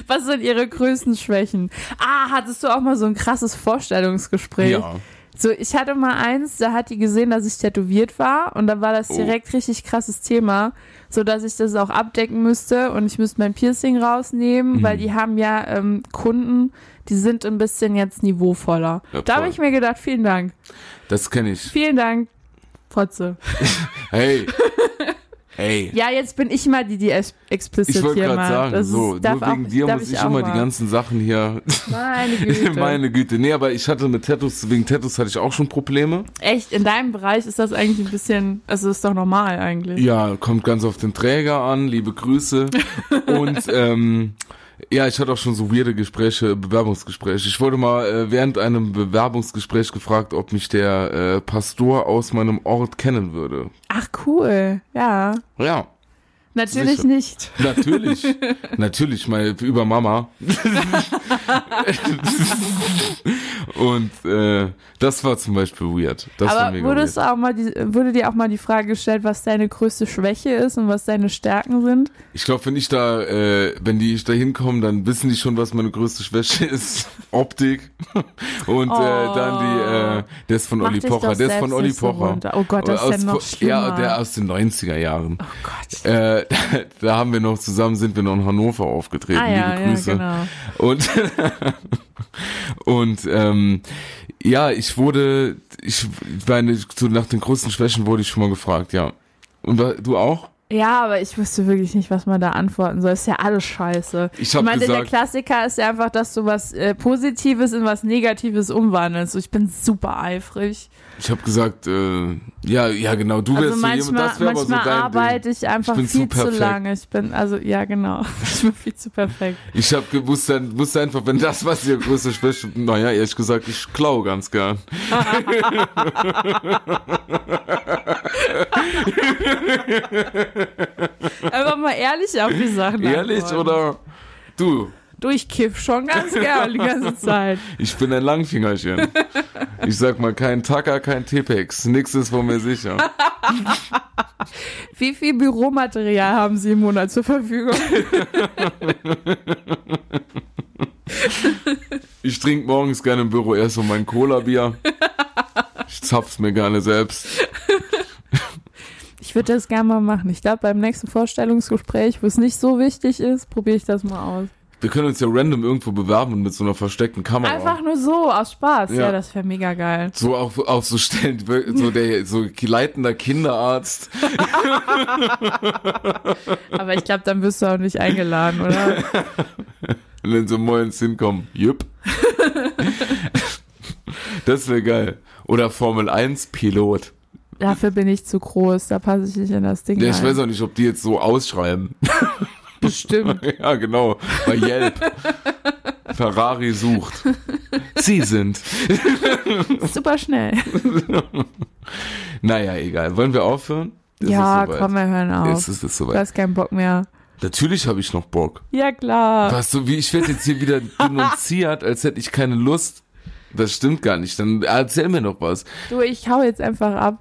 Speaker 2: Was sind Ihre größten Schwächen? Ah, hattest du auch mal so ein krasses Vorstellungsgespräch?
Speaker 1: Ja.
Speaker 2: So, ich hatte mal eins, da hat die gesehen, dass ich tätowiert war und da war das
Speaker 1: Oh.
Speaker 2: direkt richtig krasses Thema, so dass ich das auch abdecken müsste und ich müsste mein Piercing rausnehmen,
Speaker 1: Mhm.
Speaker 2: weil die haben ja ähm, Kunden, die sind ein bisschen jetzt niveauvoller.
Speaker 1: Ja,
Speaker 2: da habe
Speaker 1: voll.
Speaker 2: ich mir gedacht, vielen Dank,
Speaker 1: Das kenne ich.
Speaker 2: vielen Dank, Fotze.
Speaker 1: Hey. Hey.
Speaker 2: Ja, jetzt bin ich mal die, die es- explizit
Speaker 1: Ich wollte
Speaker 2: hier
Speaker 1: gerade
Speaker 2: mal.
Speaker 1: sagen,
Speaker 2: das
Speaker 1: so,
Speaker 2: ist,
Speaker 1: nur
Speaker 2: darf
Speaker 1: wegen
Speaker 2: auch,
Speaker 1: dir
Speaker 2: darf
Speaker 1: muss
Speaker 2: ich
Speaker 1: ich
Speaker 2: auch
Speaker 1: immer
Speaker 2: mal.
Speaker 1: die ganzen Sachen hier.
Speaker 2: Meine Güte.
Speaker 1: Meine Güte. Nee, aber ich hatte mit Tattoos, wegen Tattoos hatte ich auch schon Probleme.
Speaker 2: Echt, in deinem Bereich ist das eigentlich ein bisschen, also ist doch normal eigentlich.
Speaker 1: Ja, kommt ganz auf den Träger an, liebe Grüße. Und ähm, ja, ich hatte auch schon so weirde Gespräche, Bewerbungsgespräche. Ich wurde mal äh, während einem Bewerbungsgespräch gefragt, ob mich der äh, Pastor aus meinem Ort kennen würde.
Speaker 2: Ach cool, ja.
Speaker 1: Ja,
Speaker 2: Natürlich
Speaker 1: Sicher.
Speaker 2: nicht.
Speaker 1: natürlich. natürlich, mal über Mama. Und äh, das war zum Beispiel weird. Das war
Speaker 2: Aber
Speaker 1: mega
Speaker 2: wurdest
Speaker 1: weird.
Speaker 2: du auch mal die, wurde dir auch mal die Frage gestellt, was deine größte Schwäche ist und was deine Stärken sind?
Speaker 1: Ich glaube, wenn ich da, äh, wenn die ich da hinkommen, dann wissen die schon, was meine größte Schwäche ist. Optik. Und äh, dann die, äh, der ist von
Speaker 2: Oh. Mach
Speaker 1: Olli
Speaker 2: dich
Speaker 1: Pocher,
Speaker 2: doch
Speaker 1: der ist
Speaker 2: selbst
Speaker 1: von Olli
Speaker 2: nicht so
Speaker 1: Pocher.
Speaker 2: runter. Oh Gott, das ist
Speaker 1: Aus
Speaker 2: ja noch
Speaker 1: Po- Ja,
Speaker 2: schlimmer.
Speaker 1: der aus den 90er Jahren.
Speaker 2: Oh Gott.
Speaker 1: Äh, da, da haben wir noch zusammen, sind wir noch in Hannover aufgetreten.
Speaker 2: Ah ja,
Speaker 1: Liebe
Speaker 2: ja,
Speaker 1: Grüße.
Speaker 2: genau.
Speaker 1: Und, und ähm, ja, ich wurde, ich meine, so nach den großen Schwächen wurde ich schon mal gefragt, ja. Und wa- du auch?
Speaker 2: Ja, aber ich wüsste wirklich nicht, was man da antworten soll. Ist ja alles scheiße.
Speaker 1: Ich hab
Speaker 2: meine, der
Speaker 1: gesagt-
Speaker 2: Klassiker ist ja einfach, dass du was äh, Positives in was Negatives umwandelst. So, Ich bin super eifrig.
Speaker 1: Ich habe gesagt, äh, ja, ja, genau, du
Speaker 2: Also
Speaker 1: wärst so
Speaker 2: manchmal,
Speaker 1: jemand, das wäre aber so
Speaker 2: manchmal
Speaker 1: dein
Speaker 2: arbeite ich einfach
Speaker 1: Ich bin
Speaker 2: viel
Speaker 1: zu
Speaker 2: zu
Speaker 1: perfekt.
Speaker 2: lange. Ich bin, also, ja, genau. Ich bin viel zu perfekt.
Speaker 1: Ding. Ich habe gewusst, dann wusste einfach, wenn das was ihr größte Schwäche, naja, ehrlich gesagt, ich klau ganz gern.
Speaker 2: Einfach mal ehrlich auf die Sachen.
Speaker 1: Ehrlich
Speaker 2: antworten.
Speaker 1: oder du?
Speaker 2: Du, ich kiff schon ganz gern die ganze Zeit.
Speaker 1: Ich bin ein Langfingerchen. Ich sag mal, kein Tacker, kein Tipex. Nix ist von mir sicher.
Speaker 2: Wie viel Büromaterial haben Sie im Monat zur Verfügung?
Speaker 1: Ich trinke morgens gerne im Büro erst so mein Cola-Bier. Ich zapf's mir gerne selbst.
Speaker 2: Ich würde das gerne mal machen. Ich glaube, beim nächsten Vorstellungsgespräch, wo es nicht so wichtig ist, probiere ich das mal aus.
Speaker 1: Wir können uns ja random irgendwo bewerben und mit so einer versteckten Kamera.
Speaker 2: Einfach nur so, aus Spaß. Ja,
Speaker 1: Ja.
Speaker 2: das wäre mega geil.
Speaker 1: So auf, auf so Stellen, so der so leitender Kinderarzt.
Speaker 2: Aber ich glaube, dann wirst du auch nicht eingeladen, oder?
Speaker 1: Und dann so moins hinkommen. Jupp. Das wäre geil. Oder Formel 1 Pilot.
Speaker 2: Dafür bin ich zu groß. Da passe ich nicht in das Ding
Speaker 1: Ja, ich
Speaker 2: rein.
Speaker 1: weiß auch nicht, ob die jetzt so ausschreiben.
Speaker 2: Bestimmt.
Speaker 1: Ja, genau. Bei Yelp. Ferrari sucht. Sie sind.
Speaker 2: Super schnell.
Speaker 1: Naja, egal. Wollen wir aufhören? Es
Speaker 2: ja,
Speaker 1: ist soweit.
Speaker 2: komm, wir hören
Speaker 1: Es
Speaker 2: auf.
Speaker 1: ist, es ist
Speaker 2: Du
Speaker 1: soweit.
Speaker 2: hast keinen Bock mehr.
Speaker 1: Natürlich habe ich noch Bock.
Speaker 2: Ja, klar.
Speaker 1: Was so wie ich werde jetzt hier wieder denunziert, als hätte ich keine Lust. Das stimmt gar nicht. Dann erzähl mir noch was.
Speaker 2: Du, ich hau jetzt einfach ab.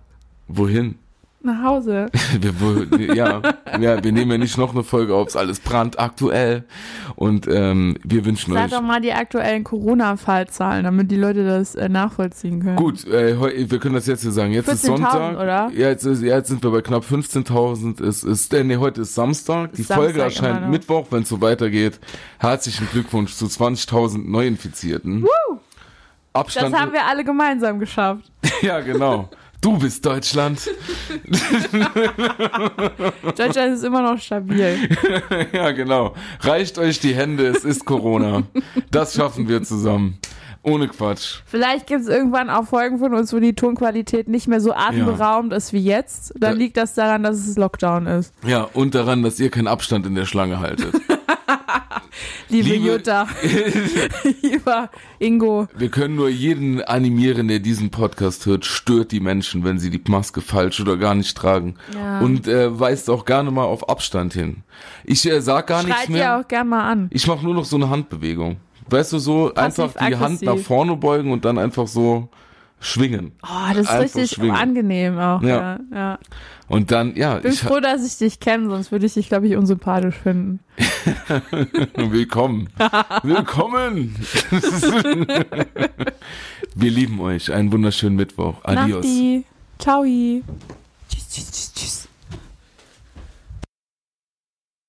Speaker 1: Wohin?
Speaker 2: Nach Hause.
Speaker 1: Wir, wo, ja, ja, wir nehmen ja nicht noch eine Folge auf. Ist alles brandaktuell. Und ähm, wir wünschen
Speaker 2: Sag
Speaker 1: euch.
Speaker 2: doch mal die aktuellen Corona-Fallzahlen, damit die Leute das äh, nachvollziehen können.
Speaker 1: Gut, äh, heu- wir können das jetzt hier sagen. Jetzt ist
Speaker 2: 14.000,
Speaker 1: Sonntag.
Speaker 2: oder?
Speaker 1: Ja, jetzt, ist, ja, jetzt sind wir bei knapp 15.000. Es ist, äh, nee, heute ist Samstag. Die
Speaker 2: Ist Samstag genau.
Speaker 1: Folge
Speaker 2: immer
Speaker 1: erscheint
Speaker 2: noch.
Speaker 1: Mittwoch, wenn es so weitergeht. Herzlichen Glückwunsch zu 20.000 Neuinfizierten.
Speaker 2: Das
Speaker 1: Abstand.
Speaker 2: haben wir alle gemeinsam geschafft.
Speaker 1: ja, genau. Du bist Deutschland.
Speaker 2: Deutschland ist immer noch stabil.
Speaker 1: Ja, genau. Reicht euch die Hände, es ist Corona. Das schaffen wir zusammen. Ohne Quatsch.
Speaker 2: Vielleicht gibt es irgendwann auch Folgen von uns, wo die Tonqualität nicht mehr so atemberaubend ist wie jetzt. Dann
Speaker 1: Da-
Speaker 2: liegt das daran, dass es Lockdown ist.
Speaker 1: Ja, und daran, dass ihr keinen Abstand in der Schlange haltet.
Speaker 2: Liebe,
Speaker 1: Liebe-
Speaker 2: Jutta, lieber Ingo.
Speaker 1: Wir können nur jeden animieren, der diesen Podcast hört, stört die Menschen, wenn sie die Maske falsch oder gar nicht tragen.
Speaker 2: Ja.
Speaker 1: Und äh, weist auch gerne mal auf Abstand hin. Ich äh, sag gar nichts
Speaker 2: Schreit
Speaker 1: mehr.
Speaker 2: ihr auch gerne mal an.
Speaker 1: Ich mache nur noch so eine Handbewegung. Weißt du, so einfach die Hand
Speaker 2: aggressiv.
Speaker 1: nach vorne beugen und dann einfach so schwingen.
Speaker 2: Oh, das ist
Speaker 1: Einfach
Speaker 2: richtig
Speaker 1: schwingen.
Speaker 2: angenehm auch.
Speaker 1: Ja.
Speaker 2: Ja. Ja,
Speaker 1: Und dann, ja,
Speaker 2: Bin
Speaker 1: ich,
Speaker 2: froh, dass ich dich kenne, sonst würde ich dich, glaube ich, unsympathisch finden.
Speaker 1: willkommen. Willkommen. Wir lieben euch. Einen wunderschönen Mittwoch. Adios.
Speaker 2: Nachti. Ciao. Tschüss, tschüss, tschüss, tschüss.